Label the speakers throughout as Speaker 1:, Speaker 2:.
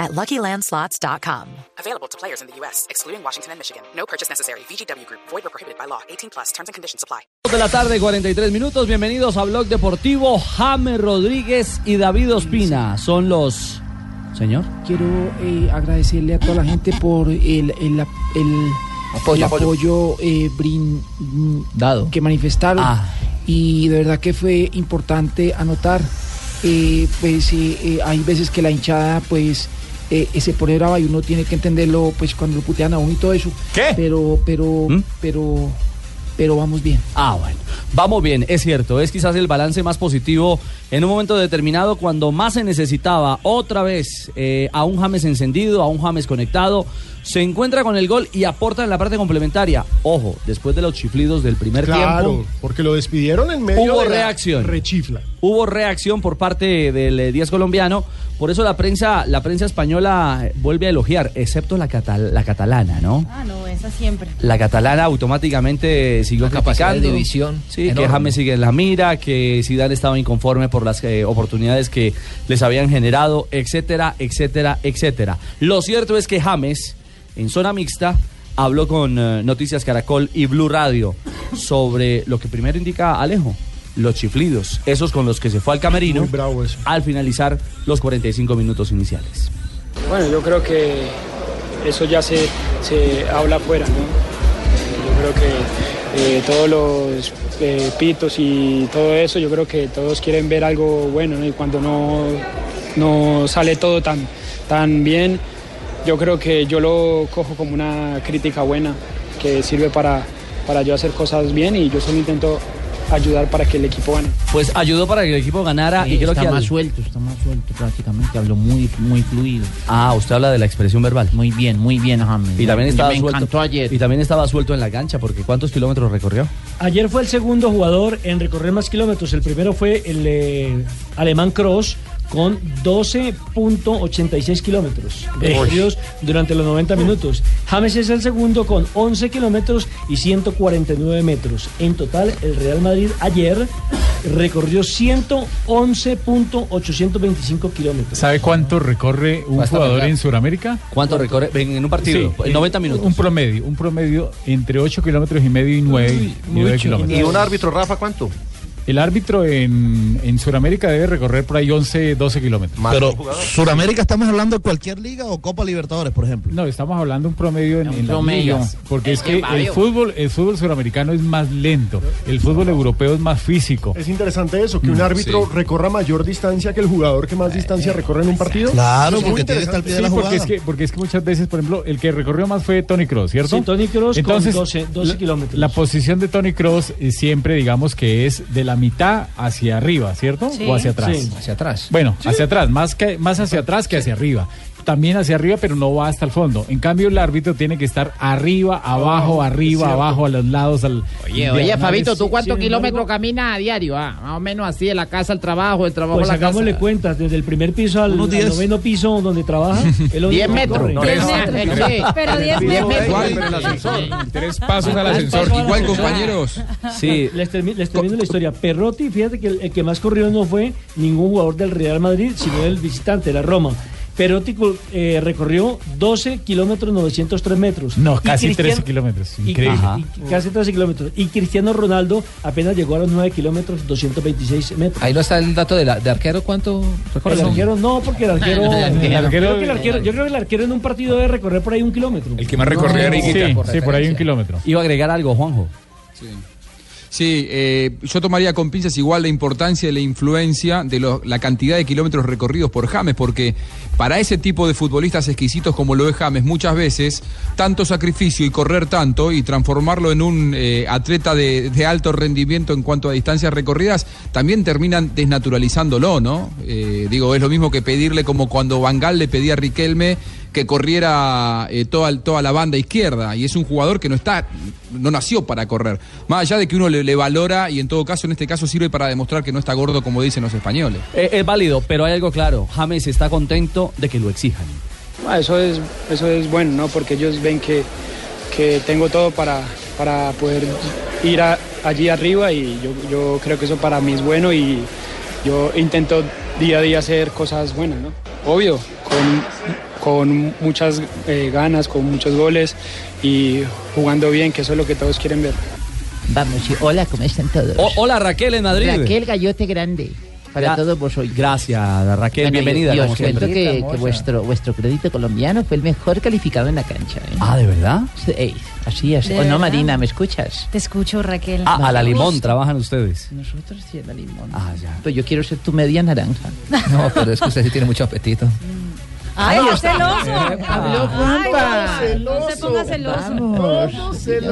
Speaker 1: at luckylandslots.com.
Speaker 2: Available to players in the U.S., excluding Washington and Michigan. No purchase necessary. VGW Group, void or prohibited by law. 18 plus terms and conditions apply.
Speaker 3: Dos de la tarde, 43 minutos. Bienvenidos a Blog Deportivo. Jame Rodríguez y David Ospina son los. Señor.
Speaker 4: quiero eh, agradecerle a toda la gente por el, el, ap- el- el apoyo, eh, brin- mm,
Speaker 3: Dado.
Speaker 4: que manifestaron.
Speaker 3: Ah.
Speaker 4: Y de verdad que fue importante anotar. eh, pues eh, eh, hay veces que la hinchada pues eh, eh, se pone brava y uno tiene que entenderlo pues cuando lo putean a uno y todo eso.
Speaker 3: ¿Qué?
Speaker 4: Pero, pero,
Speaker 3: ¿Mm?
Speaker 4: pero, pero vamos bien.
Speaker 3: Ah, bueno. Vamos bien, es cierto. Es quizás el balance más positivo en un momento determinado cuando más se necesitaba otra vez eh, a un James encendido, a un James conectado. Se encuentra con el gol y aporta en la parte complementaria. Ojo, después de los chiflidos del primer
Speaker 5: Claro,
Speaker 3: tiempo.
Speaker 5: porque lo despidieron en medio
Speaker 3: Hubo
Speaker 5: de la
Speaker 3: reacción.
Speaker 5: Rechifla.
Speaker 3: hubo reacción por parte del eh, 10 colombiano, por eso la prensa, la prensa española eh, vuelve a elogiar, excepto la, catal- la catalana, ¿no?
Speaker 6: Ah, no, esa siempre.
Speaker 3: La catalana automáticamente siguió
Speaker 7: capacidad de
Speaker 3: criticando.
Speaker 7: división
Speaker 3: Sí,
Speaker 7: enorme.
Speaker 3: que James sigue en la mira, que Zidane estaba inconforme por las eh, oportunidades que les habían generado, etcétera, etcétera, etcétera. Lo cierto es que James, en zona mixta, habló con eh, Noticias Caracol y Blue Radio sobre lo que primero indica Alejo, los chiflidos, esos con los que se fue al camerino
Speaker 5: Muy bravo eso.
Speaker 3: al finalizar los 45 minutos iniciales.
Speaker 8: Bueno, yo creo que eso ya se, se habla afuera, ¿no? Eh, Yo creo que eh, todos los eh, pitos y todo eso, yo creo que todos quieren ver algo bueno, ¿no? Y cuando no, no sale todo tan, tan bien, yo creo que yo lo cojo como una crítica buena, que sirve para, para yo hacer cosas bien y yo solo intento ayudar para que el equipo gane.
Speaker 3: Pues ayudó para que el equipo ganara y
Speaker 7: Eh,
Speaker 3: creo
Speaker 7: está
Speaker 3: que... al-
Speaker 7: más suelto, está más suelto prácticamente, habló muy, muy fluido.
Speaker 3: Ah, usted habla de la expresión verbal.
Speaker 7: Muy bien, muy bien, James.
Speaker 3: Y también
Speaker 7: Yo
Speaker 3: estaba
Speaker 7: me encantó
Speaker 3: suelto
Speaker 7: ayer.
Speaker 3: Y también estaba suelto en la cancha, porque ¿cuántos kilómetros recorrió?
Speaker 9: Ayer fue el segundo jugador en recorrer más kilómetros. El primero fue el eh, alemán Cross con 12.86 kilómetros recorridos durante los 90 minutos. James es el segundo con 11 kilómetros y 149 metros. En total, el Real Madrid ayer recorrió 111.825 kilómetros.
Speaker 10: ¿Sabe cuánto recorre un
Speaker 3: Basta
Speaker 10: jugador
Speaker 3: pensar.
Speaker 10: en Sudamérica?
Speaker 3: ¿Cuánto recorre en, en un partido?
Speaker 10: Sí,
Speaker 3: en 90 minutos.
Speaker 10: Un promedio, un promedio entre 8 kilómetros y medio y 9, kilómetros.
Speaker 9: ¿Y un
Speaker 5: árbitro, Rafa, cuánto?
Speaker 10: El árbitro en, en Sudamérica debe recorrer por ahí 11, 12 kilómetros.
Speaker 11: Pero, ¿Suramérica estamos hablando de cualquier liga o Copa Libertadores, por ejemplo?
Speaker 10: No, estamos hablando de un promedio en,
Speaker 7: Un
Speaker 10: en la
Speaker 7: promedio.
Speaker 10: liga, porque es
Speaker 7: Es que
Speaker 10: que el
Speaker 7: varios.
Speaker 10: fútbol, el fútbol suramericano es más lento, el fútbol europeo es más físico.
Speaker 5: Es interesante eso,
Speaker 3: Mm,
Speaker 5: que un árbitro recorra mayor distancia que el jugador que más distancia recorre en un partido.
Speaker 11: Claro,
Speaker 5: Eso
Speaker 11: Ah,
Speaker 5: es muy
Speaker 11: porque tiene que estar al
Speaker 5: interesante.
Speaker 11: pie de la
Speaker 10: Pues, Sí,
Speaker 11: jugada.
Speaker 10: porque es, que, porque es que muchas veces, por ejemplo, el que recorrió más fue Tony Cross, ¿cierto?
Speaker 9: Sí, Tony Kroos con 12 12
Speaker 10: la-
Speaker 9: kilómetros.
Speaker 10: La posición de Tony Cross siempre, digamos, que es de la mitad hacia arriba, ¿cierto?
Speaker 6: Sí.
Speaker 10: O hacia atrás.
Speaker 9: Sí.
Speaker 7: Hacia atrás.
Speaker 10: Bueno, hacia atrás, más, que, más hacia atrás que hacia arriba. También hacia arriba, pero no va hasta el fondo. En cambio, el árbitro tiene que estar arriba, abajo, arriba, abajo, a los lados. Al,
Speaker 7: Oye, oye,
Speaker 10: diagonales.
Speaker 7: Fabito, ¿tú cuántos
Speaker 9: sin embargo-
Speaker 7: kilómetros caminas a diario? Ah, más o menos así, de la casa al trabajo, del trabajo
Speaker 9: Pues
Speaker 7: a la casa.
Speaker 9: hagámosle cuentas, desde el primer piso al,
Speaker 11: Unos
Speaker 9: al
Speaker 11: diez.
Speaker 9: noveno piso donde trabaja. él lo
Speaker 7: 10
Speaker 9: único que
Speaker 7: metros.
Speaker 9: corre.
Speaker 7: No,
Speaker 6: Diez
Speaker 7: no,
Speaker 6: metros.
Speaker 7: no, sí.
Speaker 6: Pero 10
Speaker 7: Diez
Speaker 6: metros.
Speaker 10: Tres
Speaker 7: Ah,
Speaker 10: pasos
Speaker 7: pues
Speaker 10: al
Speaker 9: ascensor. Igual, compañeros.
Speaker 3: Sí.
Speaker 9: Les, termi- les termino la historia. Perrotti, fíjate que el, el que más corrió no fue ningún jugador del Real Madrid, sino el visitante, la Roma. Perrotti col- eh, recorrió 12 kilómetros 903 metros.
Speaker 10: No,
Speaker 9: Y
Speaker 10: casi
Speaker 9: Cristiano-
Speaker 10: 13 kilómetros.
Speaker 9: y-
Speaker 10: Increíble.
Speaker 3: Ajá.
Speaker 9: y- casi 13 kilómetros. Y Cristiano Ronaldo apenas llegó a los 9 kilómetros 226 metros.
Speaker 7: Ahí no está el dato de, la- de arquero, ¿cuánto
Speaker 9: El
Speaker 7: recorre?
Speaker 9: arquero no, porque el arquero,
Speaker 7: No, no, el arquero-
Speaker 9: el arquero- creo que el arquero- Yo creo que el arquero en un partido debe recorrer por ahí un kilómetro.
Speaker 10: que más recorrió
Speaker 7: era Higuita.
Speaker 10: Sí,
Speaker 7: Por
Speaker 10: sí, por ahí
Speaker 7: referencia.
Speaker 10: un kilómetro.
Speaker 3: Iba a agregar algo, Juanjo.
Speaker 12: Sí, eh, yo tomaría con pinzas igual la importancia y la influencia de lo- la cantidad de kilómetros recorridos por James, porque para ese tipo de futbolistas exquisitos como lo es James, muchas veces tanto sacrificio y correr tanto y transformarlo en un eh, atleta de, de alto rendimiento en cuanto a distancias recorridas, también terminan desnaturalizándolo, ¿no? Eh, digo, es lo mismo que pedirle como cuando Van Gaal le pedía a Riquelme que corriera eh, toda, toda la banda izquierda. Y es un jugador que no está, no nació para correr. Más allá de que uno le, le valora y en todo caso, en este caso, sirve para demostrar que no está gordo como dicen los españoles.
Speaker 3: Eh, es válido, pero hay algo claro. James está contento de que lo exijan.
Speaker 8: Ah, Eso es, eso es bueno, ¿no? Porque ellos ven que, que tengo todo para, para poder ir a- allí arriba y yo, yo creo que eso para mí es bueno y yo intento día a día hacer cosas buenas, ¿no? Obvio, con, con muchas eh, ganas, con muchos goles y jugando bien, que eso es lo que todos quieren ver.
Speaker 7: Vamos, y hola, ¿cómo están todos?
Speaker 3: hola Raquel en Madrid.
Speaker 7: Raquel Gallote Grande. Para
Speaker 3: Gra-
Speaker 7: todos vosotros.
Speaker 3: Gracias, Raquel.
Speaker 7: Bueno,
Speaker 3: Bienvenida.
Speaker 7: y- y
Speaker 3: como
Speaker 7: os cuento
Speaker 3: siempre.
Speaker 7: que, que vuestro, vuestro crédito colombiano fue el mejor calificado en la cancha. ¿eh?
Speaker 3: Ah, ¿de verdad?
Speaker 7: Sí, así es.
Speaker 13: ¿De
Speaker 7: O no,
Speaker 13: verdad?
Speaker 7: Marina, ¿me escuchas?
Speaker 13: Te escucho, Raquel.
Speaker 3: Ah, a la limón trabajan ustedes.
Speaker 7: Nosotros sí, a la limón.
Speaker 3: Ah, ya.
Speaker 7: Pero yo quiero ser tu media naranja.
Speaker 14: No, pero es que usted sí tiene mucho apetito.
Speaker 13: ¡Ay,
Speaker 7: Ahí
Speaker 13: qué
Speaker 7: está.
Speaker 13: celoso!
Speaker 7: Habló Juanpa.
Speaker 13: Ay, no, no se ponga celoso.
Speaker 7: Vamos.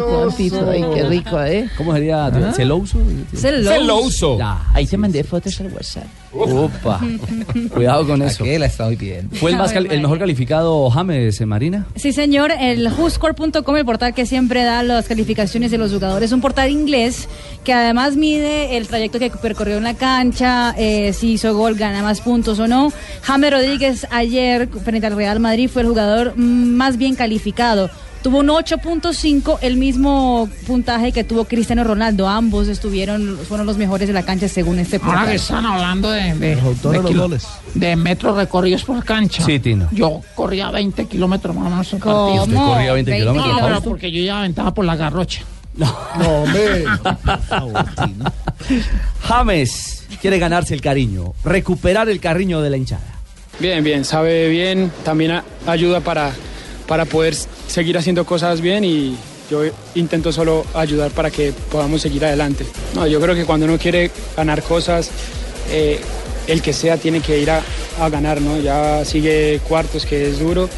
Speaker 7: Juanpito, ay, qué rico, ¿eh?
Speaker 3: ¿Cómo sería? ¿Celoso?
Speaker 7: Celoso.
Speaker 3: Celoso.
Speaker 7: Ahí te mandé fotos al WhatsApp.
Speaker 3: Opa. Cuidado con eso.
Speaker 14: Raquel la está muy bien.
Speaker 3: ¿Fue el, más cali- el mejor calificado James, eh, Marina?
Speaker 13: Sí, señor, el WhoScore.com, el portal que siempre da las calificaciones de los jugadores, un portal inglés que además mide el trayecto que percorrió en la cancha, eh, si hizo gol, gana más puntos o no. James Rodríguez ayer frente al Real Madrid fue el jugador mm, más bien calificado. Tuvo un 8.5, el mismo puntaje que tuvo Cristiano Ronaldo. Ambos estuvieron, fueron los mejores de la cancha según este portal.
Speaker 15: Ahora Ah, que están hablando de, de, de, kilo- de metros recorridos por cancha.
Speaker 3: Sí, Tino.
Speaker 15: Yo corría 20 kilómetros más o menos en partido.
Speaker 3: ¿Usted corría 20 ¿20 kilómetros,
Speaker 15: No, pero
Speaker 3: Fausto?
Speaker 15: porque yo ya aventaba por la garrocha.
Speaker 5: No, hombre.
Speaker 3: James quiere ganarse el cariño, recuperar el cariño de la hinchada.
Speaker 8: Bien, bien, sabe bien, también a- ayuda para, para poder s- seguir haciendo cosas bien y yo intento solo ayudar para que podamos seguir adelante. No, yo creo que cuando uno quiere ganar cosas, eh, el que sea tiene que ir a, a ganar, ¿no? Ya sigue cuartos, que es duro,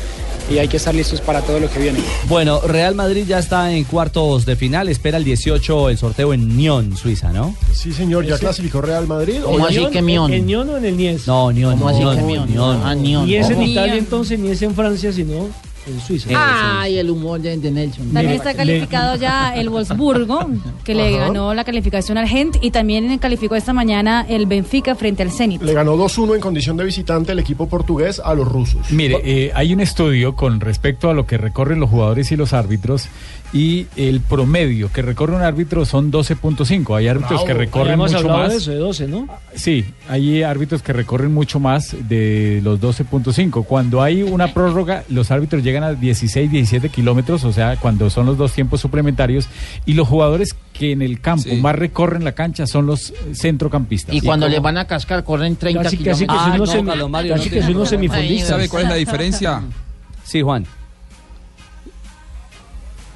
Speaker 8: y hay que estar listos para todo lo que viene.
Speaker 3: Bueno, Real Madrid ya está en cuartos de final, espera el 18 el sorteo en Nyon, Suiza, ¿no?
Speaker 5: Sí, señor, ya
Speaker 3: Ese-
Speaker 5: clasificó Real Madrid.
Speaker 3: ¿Cómo así que Mion?
Speaker 9: ¿En Nión o en el Nies?
Speaker 3: No, Nyon.
Speaker 9: ¿Cómo así que
Speaker 3: Nyon,
Speaker 9: Nyon?
Speaker 3: Nyon.
Speaker 4: Ah,
Speaker 9: Ni es en
Speaker 3: Ojo.
Speaker 9: Italia entonces, ni es en Francia, sino en Suiza.
Speaker 4: Ah.
Speaker 7: Ay, el humor de, de Nelson.
Speaker 13: También está calificado ya el Wolfsburgo, que le
Speaker 5: Ajá.
Speaker 13: ganó la calificación al Gent, y también calificó esta mañana el Benfica frente al Zenit.
Speaker 5: Le ganó 2-1 en condición de visitante el equipo portugués a los rusos.
Speaker 10: Mire, eh, hay un estudio con respecto a lo que recorren los jugadores y los árbitros y el promedio que recorre un árbitro son 12.5. Hay árbitros que recorren
Speaker 9: Habíamos
Speaker 10: mucho
Speaker 9: hablado
Speaker 10: más.
Speaker 9: de eso, de 12, ¿no?
Speaker 10: Sí, hay árbitros que recorren mucho más de los 12.5. Cuando hay una prórroga, los árbitros llegan a 16, 17 kilómetros, o sea, cuando son los dos tiempos suplementarios, y los jugadores que en el campo más recorren la cancha son los eh, centrocampistas.
Speaker 15: Y cuando le van a cascar, corren 30
Speaker 10: Casi-
Speaker 15: kilómetros. Ah,
Speaker 10: casi que son unos semi- casi que son unos semifondistas.
Speaker 12: ¿Sabe cuál es la diferencia?
Speaker 3: Sí, Juan.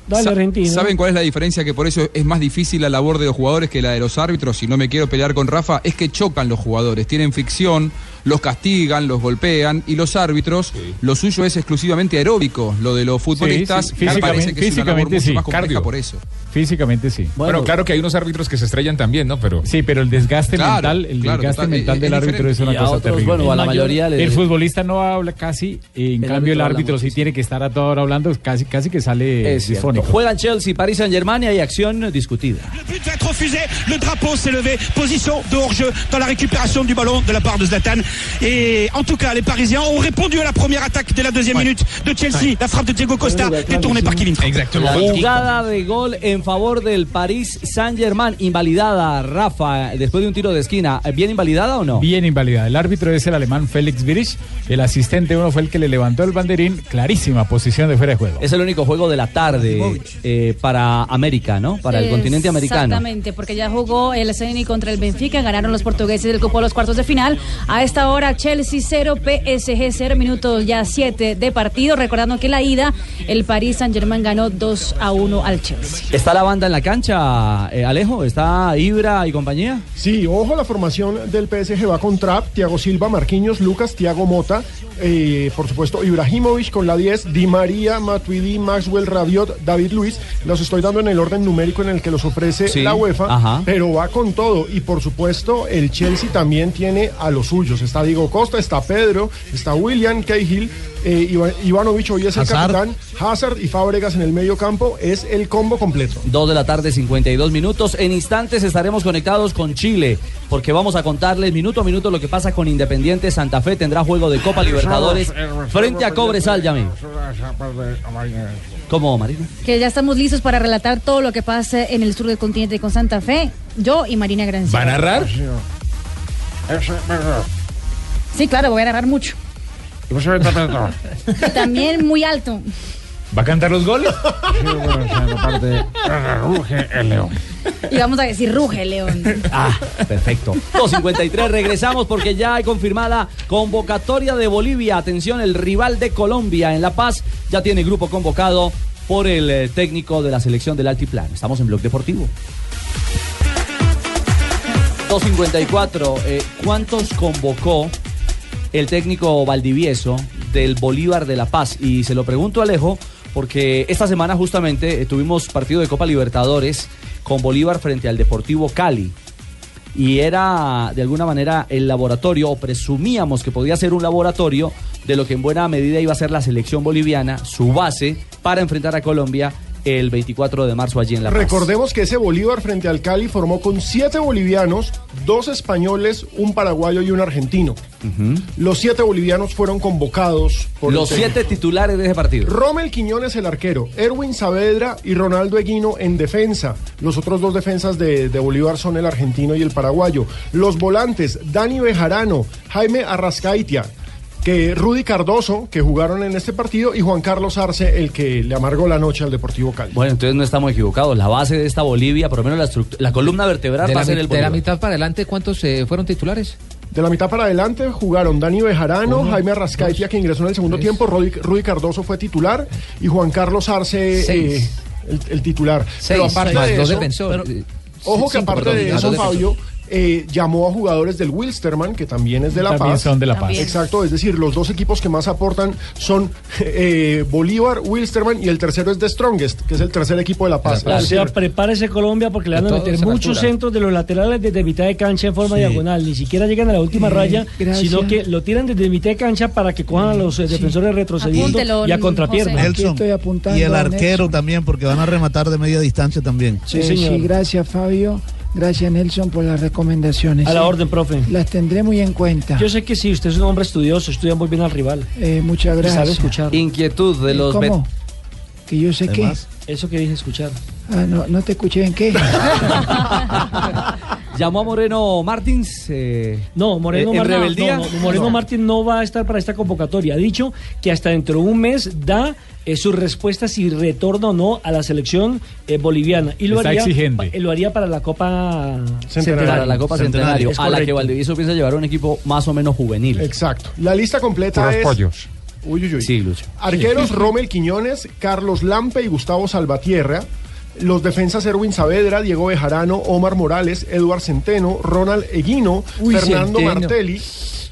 Speaker 9: Dale,
Speaker 12: Sa-
Speaker 9: Argentina.
Speaker 12: ¿Saben cuál es la diferencia? Que por eso es más difícil la labor de los jugadores que la de los árbitros, si no me quiero pelear con Rafa, es que chocan los jugadores, tienen ficción, los castigan, los golpean, y los árbitros, lo suyo es exclusivamente aeróbico, lo de los futbolistas
Speaker 10: sí,
Speaker 12: me parece
Speaker 10: físicamente-
Speaker 12: que es una labor
Speaker 10: físicamente
Speaker 12: mucho
Speaker 10: sí,
Speaker 12: más compleja
Speaker 10: cardio.
Speaker 12: por eso.
Speaker 10: Físicamente sí.
Speaker 6: Bueno, claro que hay unos árbitros que se estrellan también, ¿no? Pero
Speaker 10: Sí, pero el desgaste
Speaker 6: Claro,
Speaker 10: mental, el
Speaker 6: claro,
Speaker 10: desgaste
Speaker 6: total,
Speaker 10: mental
Speaker 6: es-
Speaker 10: del
Speaker 6: es
Speaker 10: árbitro es
Speaker 6: diferente.
Speaker 10: una
Speaker 6: Y a
Speaker 10: cosa
Speaker 6: otros,
Speaker 10: terrible.
Speaker 6: bueno, a la
Speaker 10: El
Speaker 6: mayoría le-
Speaker 10: el futbolista no habla casi, eh, en
Speaker 3: El
Speaker 10: cambio el
Speaker 3: árbitro habla
Speaker 10: árbitro sí tiene que estar a toda hora hablando, casi casi que sale
Speaker 3: Es cierto.
Speaker 10: disfónico.
Speaker 3: Juegan Chelsea, París Saint-Germain y hay acción discutida.
Speaker 16: but va être refusé. Le drapeau s'est levé. Position de hors-jeu dans la récupération du ballon de la part de Zlatan. Et en tout cas, les Parisiens ont répondu à la première attaque dès la deuxième minute de Chelsea. La frappe de Diego Costa détournée par Kevin Trapp.
Speaker 3: La jugada de gol en favor del París Saint-Germain, invalidada, Rafa, después de un tiro de esquina. ¿Bien invalidada o no?
Speaker 10: Bien invalidada. El árbitro es el alemán Félix Virich. El asistente uno fue el que le levantó el banderín. Clarísima posición de fuera de juego.
Speaker 3: Es el único juego de la tarde eh, para América, ¿no? Para el continente americano.
Speaker 13: Exactamente, porque ya jugó el Zenit contra el Benfica, ganaron los portugueses del cupo a los cuartos de final. A esta hora Chelsea 0, PSG 0, minutos ya 7 de partido. Recordando que la ida, el París Saint-Germain ganó 2 a 1 al Chelsea.
Speaker 3: ¿Está la banda en la cancha, eh, Alejo? ¿Está Ibra y compañía?
Speaker 5: Sí, ojo, la formación del PSG va con Trapp, Thiago Silva, Marquinhos, Lucas, Thiago Mota, eh, por supuesto Ibrahimovic con la 10, Di María, Matuidi, Maxwell, Rabiot, David Luis. Los estoy dando en el orden numérico en el que los ofrece
Speaker 3: Sí,
Speaker 5: la UEFA,
Speaker 3: ajá.
Speaker 5: pero va con todo. Y por supuesto, el Chelsea también tiene a los suyos. Está Diego Costa, está Pedro, está William Cahill, eh, Iva- Ivanovic hoy es el
Speaker 3: Hazard.
Speaker 5: capitán, Hazard y Fábregas en el medio campo. Es el combo completo.
Speaker 3: 2 de la tarde, 52 minutos. En instantes estaremos conectados con Chile, porque vamos a contarles minuto a minuto lo que pasa con Independiente Santa Fe. Tendrá juego de Copa Libertadores frente a Cobresal, Yami. ¿Cómo, Marina?
Speaker 13: Que ya estamos listos para relatar todo lo que pasa en el sur del continente con Santa Fe. Yo y Marina Granciera.
Speaker 6: ¿Va a narrar?
Speaker 13: Sí, claro, voy a narrar mucho.
Speaker 6: ¿Va
Speaker 13: Y también muy alto.
Speaker 6: a cantar los goles?
Speaker 13: Y vamos a decir, ruge, León.
Speaker 3: Ah, perfecto. 2.53, regresamos porque ya hay confirmada convocatoria de Bolivia. Atención, el rival de Colombia en La Paz ya tiene grupo convocado por el eh, técnico de la selección del Altiplano. Estamos en Blog Deportivo. 2.54, eh, ¿cuántos convocó el técnico Valdivieso del Bolívar de La Paz. Y se lo pregunto a Alejo porque esta semana justamente eh, tuvimos partido de Copa Libertadores con Bolívar frente al Deportivo Cali. Y era de alguna manera el laboratorio, o presumíamos que podía ser un laboratorio de lo que en buena medida iba a ser la selección boliviana, su base, para enfrentar a Colombia el 24 de marzo allí en La Paz.
Speaker 5: Recordemos que ese Bolívar frente al Cali formó con siete bolivianos, dos españoles, un paraguayo y un argentino.
Speaker 3: Ujú.
Speaker 5: Los siete bolivianos fueron convocados por el
Speaker 3: Los
Speaker 5: técnico.
Speaker 3: siete titulares de ese partido.
Speaker 5: Rommel Quiñones el arquero, Erwin Saavedra y Ronaldo Eguino en defensa. Los otros dos defensas de, de Bolívar son el argentino y el paraguayo. Los volantes, Dani Bejarano, Jaime Arrascaitia, que Rudy Cardoso, que jugaron en este partido, y Juan Carlos Arce, el que le amargó la noche al Deportivo Cali.
Speaker 3: Bueno, entonces no estamos equivocados. La base de esta Bolivia, por lo menos la, estructu- la columna vertebral,
Speaker 17: De
Speaker 3: va
Speaker 17: la,
Speaker 3: a ser
Speaker 17: mi-
Speaker 3: el
Speaker 17: de la
Speaker 3: Bolívar.
Speaker 17: mitad para adelante, ¿cuántos eh, fueron titulares?
Speaker 5: De la mitad para adelante jugaron Dani Bejarano, Jaime Arrascaitia, que ingresó en el segundo tiempo, Rudy, Rudy Cardoso fue titular, y Juan Carlos Arce,
Speaker 17: Seis.
Speaker 5: eh, el, el titular.
Speaker 17: Seis, más dos defensores. Eh,
Speaker 5: Ojo que
Speaker 17: cinco,
Speaker 5: aparte
Speaker 17: perdón,
Speaker 5: de
Speaker 17: más
Speaker 5: eso,
Speaker 17: dos
Speaker 5: Fabio, eh, llamó a jugadores del Wilsterman, que también es de La
Speaker 10: También
Speaker 5: Paz.
Speaker 10: son de La Paz. También.
Speaker 5: Exacto, es decir, los dos equipos que más aportan son eh, Bolívar, Wilsterman y el tercero es The Strongest, que es el tercer equipo de La Paz.
Speaker 9: O
Speaker 5: Es decir,
Speaker 9: sea, prepárese Colombia porque le van a
Speaker 5: Todo
Speaker 9: meter
Speaker 5: se
Speaker 9: muchos
Speaker 5: fractura.
Speaker 9: centros de los laterales desde mitad de cancha en forma
Speaker 5: Sí.
Speaker 9: diagonal. Ni siquiera llegan a la última
Speaker 5: Eh,
Speaker 9: raya,
Speaker 5: gracias.
Speaker 9: sino que lo tiran desde mitad de cancha para que cojan a los eh, defensores retrocediendo y a contrapierna.
Speaker 11: Nelson.
Speaker 4: apuntando
Speaker 11: Y el
Speaker 4: a
Speaker 11: arquero también, porque van a rematar de media distancia también.
Speaker 4: Eh, sí, gracias Fabio, gracias Nelson por las recomendaciones.
Speaker 9: A la
Speaker 4: Sí.
Speaker 9: orden, profe.
Speaker 4: Las tendré muy en cuenta.
Speaker 9: Yo sé que sí, usted es un hombre estudioso, estudia muy bien al rival.
Speaker 4: Eh, muchas
Speaker 9: Y
Speaker 4: gracias.
Speaker 9: sabe escuchar.
Speaker 3: Inquietud de los
Speaker 4: ¿Cómo?
Speaker 3: vet-
Speaker 4: Que yo sé qué.
Speaker 3: Además.
Speaker 9: Eso que dije escuchar.
Speaker 4: Ah, no, no te escuché en qué.
Speaker 3: Llamó a Moreno Martins. eh,
Speaker 9: No, Moreno,
Speaker 3: en
Speaker 9: Mar- no,
Speaker 3: rebeldía.
Speaker 9: no, no, Moreno Martín no va a estar para esta convocatoria. Ha dicho que hasta dentro de un mes da eh, su respuesta si retorna o no a la selección eh, boliviana. Y lo
Speaker 10: Está
Speaker 9: haría,
Speaker 10: exigente.
Speaker 9: pa- eh, lo haría para la Copa Centenario.
Speaker 3: Para la Copa Centenario,
Speaker 9: Es
Speaker 3: a la que
Speaker 9: correcto.
Speaker 3: Valdivieso piensa llevar un equipo más o menos juvenil.
Speaker 5: Exacto. La lista completa es... Uy, uy, uy.
Speaker 3: Sí, Lucho.
Speaker 5: Arqueros Rommel Quiñones, Carlos Lampe y Gustavo Salvatierra. Los defensas Erwin Saavedra, Diego Bejarano, Omar Morales, Eduard Centeno, Ronald Eguino,
Speaker 4: Uy,
Speaker 5: Fernando
Speaker 4: Centeno.
Speaker 5: Martelli.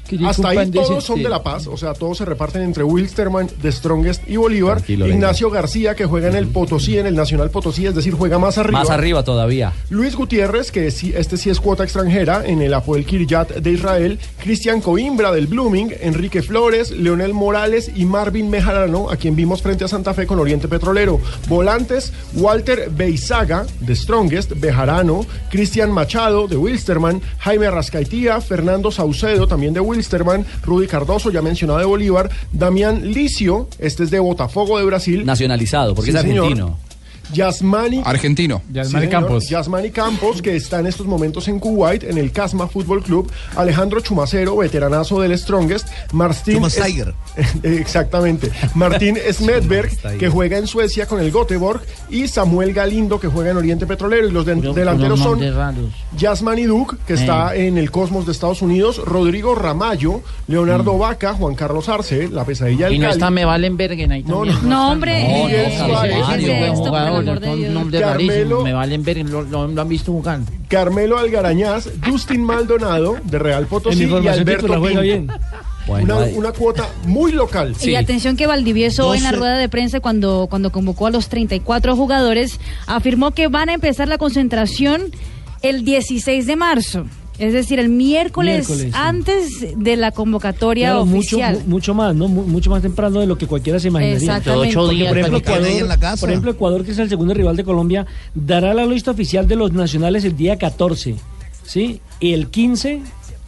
Speaker 4: Que yo
Speaker 5: Hasta ahí
Speaker 4: compadezco,
Speaker 5: todos son
Speaker 4: sí.
Speaker 5: de La Paz, o sea, todos se reparten entre Wilsterman, The Strongest y Bolívar.
Speaker 3: Tranquilo, venga.
Speaker 5: Ignacio García, que juega en el Potosí, en el Nacional Potosí, es decir, juega más arriba.
Speaker 3: Más arriba todavía.
Speaker 5: Luis Gutiérrez, que sí- este sí es cuota extranjera en el Apoel Kiryat de Israel, Cristian Coimbra del Blooming, Enrique Flores, Leonel Morales y Marvin Mejarano, a quien vimos frente a Santa Fe con Oriente Petrolero. Volantes, Walter Beizaga de Strongest, Bejarano, Cristian Machado de Wilsterman, Jaime Rascaitía, Fernando Saucedo también de Wilsterman, Rudy Cardoso, ya mencionado de Bolívar, Damián Licio, este es de Botafogo de Brasil.
Speaker 3: Nacionalizado, porque
Speaker 5: Sí,
Speaker 3: es
Speaker 5: señor.
Speaker 3: argentino.
Speaker 5: Yasmani
Speaker 12: Argentino.
Speaker 5: Sí, señor. Yasmani Campos, que está en estos momentos en Kuwait, en el Casma Fútbol Club. Alejandro Chumacero, veteranazo del Strongest. Martín.
Speaker 11: Chumastiger.
Speaker 5: Es- exactamente. Martín Smedberg, que juega en Suecia con el Göteborg. Y Samuel Galindo, que juega en Oriente Petrolero. Y los de- delanteros son Yasmani Duke, que
Speaker 18: Eh.
Speaker 5: está en el Cosmos de Estados Unidos. Rodrigo Ramallo, Leonardo Vaca, Juan Carlos Arce, la pesadilla
Speaker 8: Mm.
Speaker 5: del
Speaker 8: Y no
Speaker 5: Cali.
Speaker 8: está Me Valen Bergen ahí también.
Speaker 13: No, hombre.
Speaker 8: No,
Speaker 13: eh,
Speaker 8: no, no,
Speaker 13: ¿qué es
Speaker 8: Mario, buen
Speaker 13: esto, por el
Speaker 8: jugador,
Speaker 13: amor de
Speaker 8: con
Speaker 13: Dios?
Speaker 8: nombre
Speaker 5: Carmelo-
Speaker 8: rarísimo, Me Valen Bergen, lo, lo- lo han visto jugar.
Speaker 5: Carmelo Algarañaz, Justin Maldonado, de Real Potosí.
Speaker 9: En mi
Speaker 5: Y
Speaker 9: formación
Speaker 5: Alberto
Speaker 9: titular juega
Speaker 5: Pinto.
Speaker 9: bien.
Speaker 3: Bueno,
Speaker 5: una,
Speaker 3: ahí.
Speaker 5: una cuota muy local.
Speaker 13: Y atención que Valdivieso hoy en la rueda de prensa cuando, cuando convocó a los 34 jugadores afirmó que van a empezar la concentración el 16 de marzo. Es decir, el miércoles,
Speaker 9: Miércoles, sí.
Speaker 13: antes de la convocatoria
Speaker 9: Claro, mucho,
Speaker 13: oficial.
Speaker 9: mu- mucho más, ¿no? Mu- Mucho más temprano de lo que cualquiera se imaginaría.
Speaker 13: Exactamente. Ocho
Speaker 9: Porque,
Speaker 13: días
Speaker 9: por, ejemplo,
Speaker 13: para que quede
Speaker 9: Ecuador,
Speaker 13: ahí en la casa.
Speaker 9: por ejemplo, Ecuador, que es el segundo rival de Colombia, dará la lista oficial de los nacionales el día 14, ¿sí? Y el 15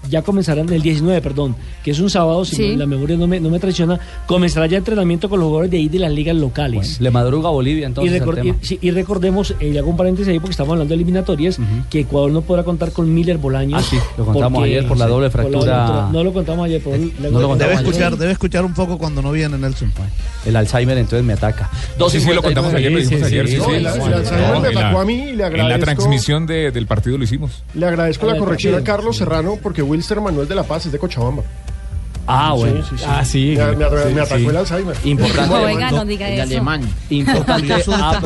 Speaker 9: ya comenzarán, el 19, perdón, que es un sábado, si
Speaker 13: Sí.
Speaker 9: no- la memoria no me, no me traiciona, comenzará ya entrenamiento con los jugadores de ahí de las ligas locales.
Speaker 3: Le madruga a Bolivia
Speaker 9: Y,
Speaker 3: entonces. el
Speaker 9: recor-
Speaker 3: tema.
Speaker 9: y- sí, y recordemos, eh, y hago un paréntesis ahí porque estamos hablando de eliminatorias, que Ecuador no podrá contar con Miller Bolaños.
Speaker 3: Ah, sí, lo contamos ayer por la doble
Speaker 9: por la
Speaker 3: fractura.
Speaker 9: No lo contamos ayer, por la-
Speaker 11: debe escuchar, debe escuchar un poco cuando no viene Nelson.
Speaker 3: El Alzheimer entonces me ataca.
Speaker 6: No sé si lo
Speaker 3: 12:59.
Speaker 6: contamos ayer, lo dijimos ayer, sí, sí.
Speaker 5: el- el
Speaker 6: No,
Speaker 5: Alzheimer me
Speaker 6: en la-
Speaker 5: atacó a mí y le
Speaker 6: En la
Speaker 5: agradezco.
Speaker 6: transmisión de- del partido lo hicimos.
Speaker 5: Le agradezco la
Speaker 6: Hola,
Speaker 5: corrección a
Speaker 6: Tapia.
Speaker 5: Carlos Serrano porque Wilster Manuel de la Paz es de Cochabamba.
Speaker 3: Ah,
Speaker 5: Sí,
Speaker 3: bueno.
Speaker 5: sí, sí. Me, me atra- me atacó el Alzheimer.
Speaker 3: Importante.
Speaker 13: Oiga, no diga eso.
Speaker 3: Importante.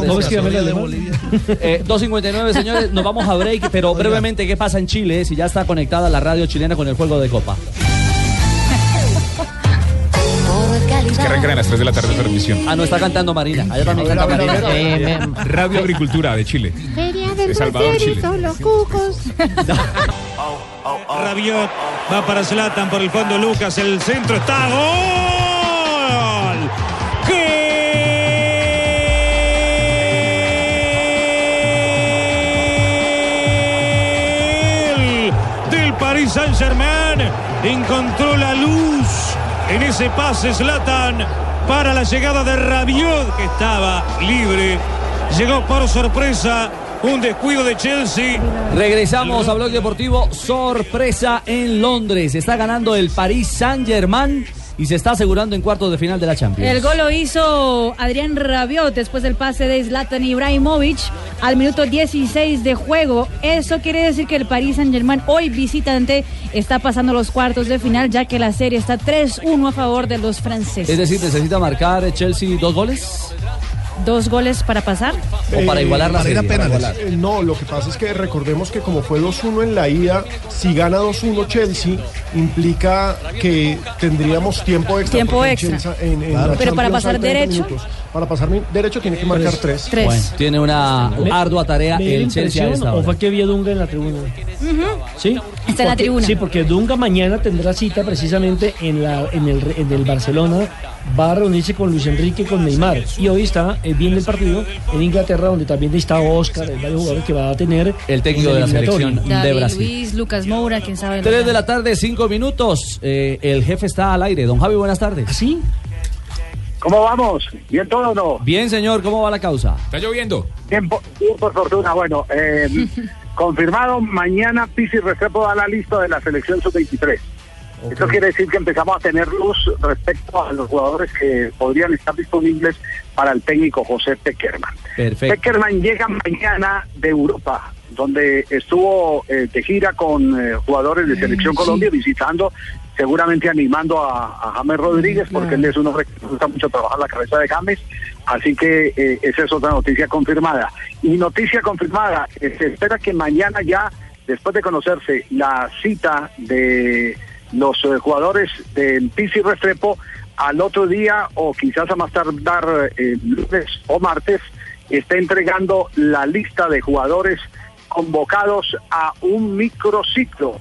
Speaker 9: ¿Cómo es que llama el
Speaker 3: apreciación.
Speaker 9: alemán?
Speaker 3: Eh, 2.59, señores. Nos vamos a break, pero brevemente, ¿qué pasa en Chile? eh, Si ya está conectada la radio chilena con el juego de Copa.
Speaker 6: Es que arrancan a las 3 de la tarde la transmisión.
Speaker 3: Ah, no, está cantando Marina. Allá también
Speaker 6: A ver,
Speaker 3: canta
Speaker 6: a ver, a
Speaker 3: Marina. Eh,
Speaker 6: ver, a ver. Radio Agricultura de Chile.
Speaker 19: Feria
Speaker 6: del De Salvador, Brasil y Chile.
Speaker 19: los cucos.
Speaker 20: Rabiot va para Zlatan por el fondo Lucas, el centro está gol. Gol del Paris Saint-Germain encontró la luz en ese pase Zlatan para la llegada de Rabiot que estaba libre. Llegó por sorpresa un descuido de Chelsea.
Speaker 3: Regresamos a Blog Deportivo. Sorpresa en Londres. Está ganando el Paris Saint-Germain y se está asegurando en cuartos de final de la Champions.
Speaker 13: El gol lo hizo Adrián Rabiot después del pase de Zlatan Ibrahimovic al minuto 16 de juego. Eso quiere decir que el Paris Saint-Germain hoy visitante está pasando los cuartos de final ya que la serie está 3-1 a favor de los franceses.
Speaker 3: Es decir, necesita marcar eh, Chelsea dos goles.
Speaker 13: dos goles para pasar. Eh,
Speaker 3: O
Speaker 5: Eh,
Speaker 3: para igualar la
Speaker 5: para ir a
Speaker 3: serie, para
Speaker 5: penales.
Speaker 3: igualar.
Speaker 5: Eh, No, lo que pasa es que recordemos que como fue 2-1 en la ida, si gana 2-1 Chelsea, implica que tendríamos tiempo extra.
Speaker 13: Tiempo
Speaker 5: porque
Speaker 13: extra.
Speaker 5: Chelsea en- en la
Speaker 13: Claro. Pero para
Speaker 5: Champions
Speaker 13: pasar
Speaker 5: hay 30
Speaker 13: derecho.
Speaker 5: minutos. Para pasar mi- derecho tiene que marcar 3.
Speaker 3: Bueno, Ah, tiene una ardua tarea
Speaker 9: ¿Me dio la
Speaker 3: el Chelsea a
Speaker 9: impresión
Speaker 3: esta
Speaker 9: ¿O
Speaker 3: hora.
Speaker 9: fue que vio Dunga en la tribuna? ¿Sí?
Speaker 13: en la
Speaker 9: Porque-
Speaker 13: tribuna.
Speaker 9: Sí, porque Dunga mañana tendrá cita precisamente en, la, en, el, en el Barcelona. Va a reunirse con Luis Enrique y con Neymar. Y hoy está eh, viendo el partido en Inglaterra, donde también está Oscar, hay varios jugadores que va a tener.
Speaker 3: El técnico
Speaker 9: en
Speaker 3: de la
Speaker 9: eliminatoria.
Speaker 3: selección de
Speaker 13: David
Speaker 3: Brasil.
Speaker 13: Luis, Lucas Moura, quién sabe.
Speaker 3: Tres de la tarde, cinco minutos. Eh, el jefe está al aire. Don Javi, buenas tardes.
Speaker 9: ¿Ah, Sí.
Speaker 21: ¿Cómo vamos? ¿Bien todo o no?
Speaker 3: Bien, señor, ¿cómo va la causa?
Speaker 21: Está lloviendo. Tiempo, por fortuna. Bueno, eh, confirmado, mañana Pisi Restrepo da la lista de la selección sub-23. Esto quiere decir que empezamos a tener luz respecto a los jugadores que podrían estar disponibles para el técnico José Peckerman.
Speaker 3: Perfecto.
Speaker 21: Peckerman llega mañana de Europa, donde estuvo eh, de gira con eh, jugadores de Selección Colombia visitando, seguramente animando a, a James Rodríguez, porque él es uno que le gusta mucho trabajar la cabeza de James. Así que eh, esa es otra noticia confirmada. Y noticia confirmada, eh, se espera que mañana ya, después de conocerse la cita de los eh, jugadores del PC Restrepo, al otro día o quizás a más tardar eh, lunes o martes, está entregando la lista de jugadores convocados a un microciclo.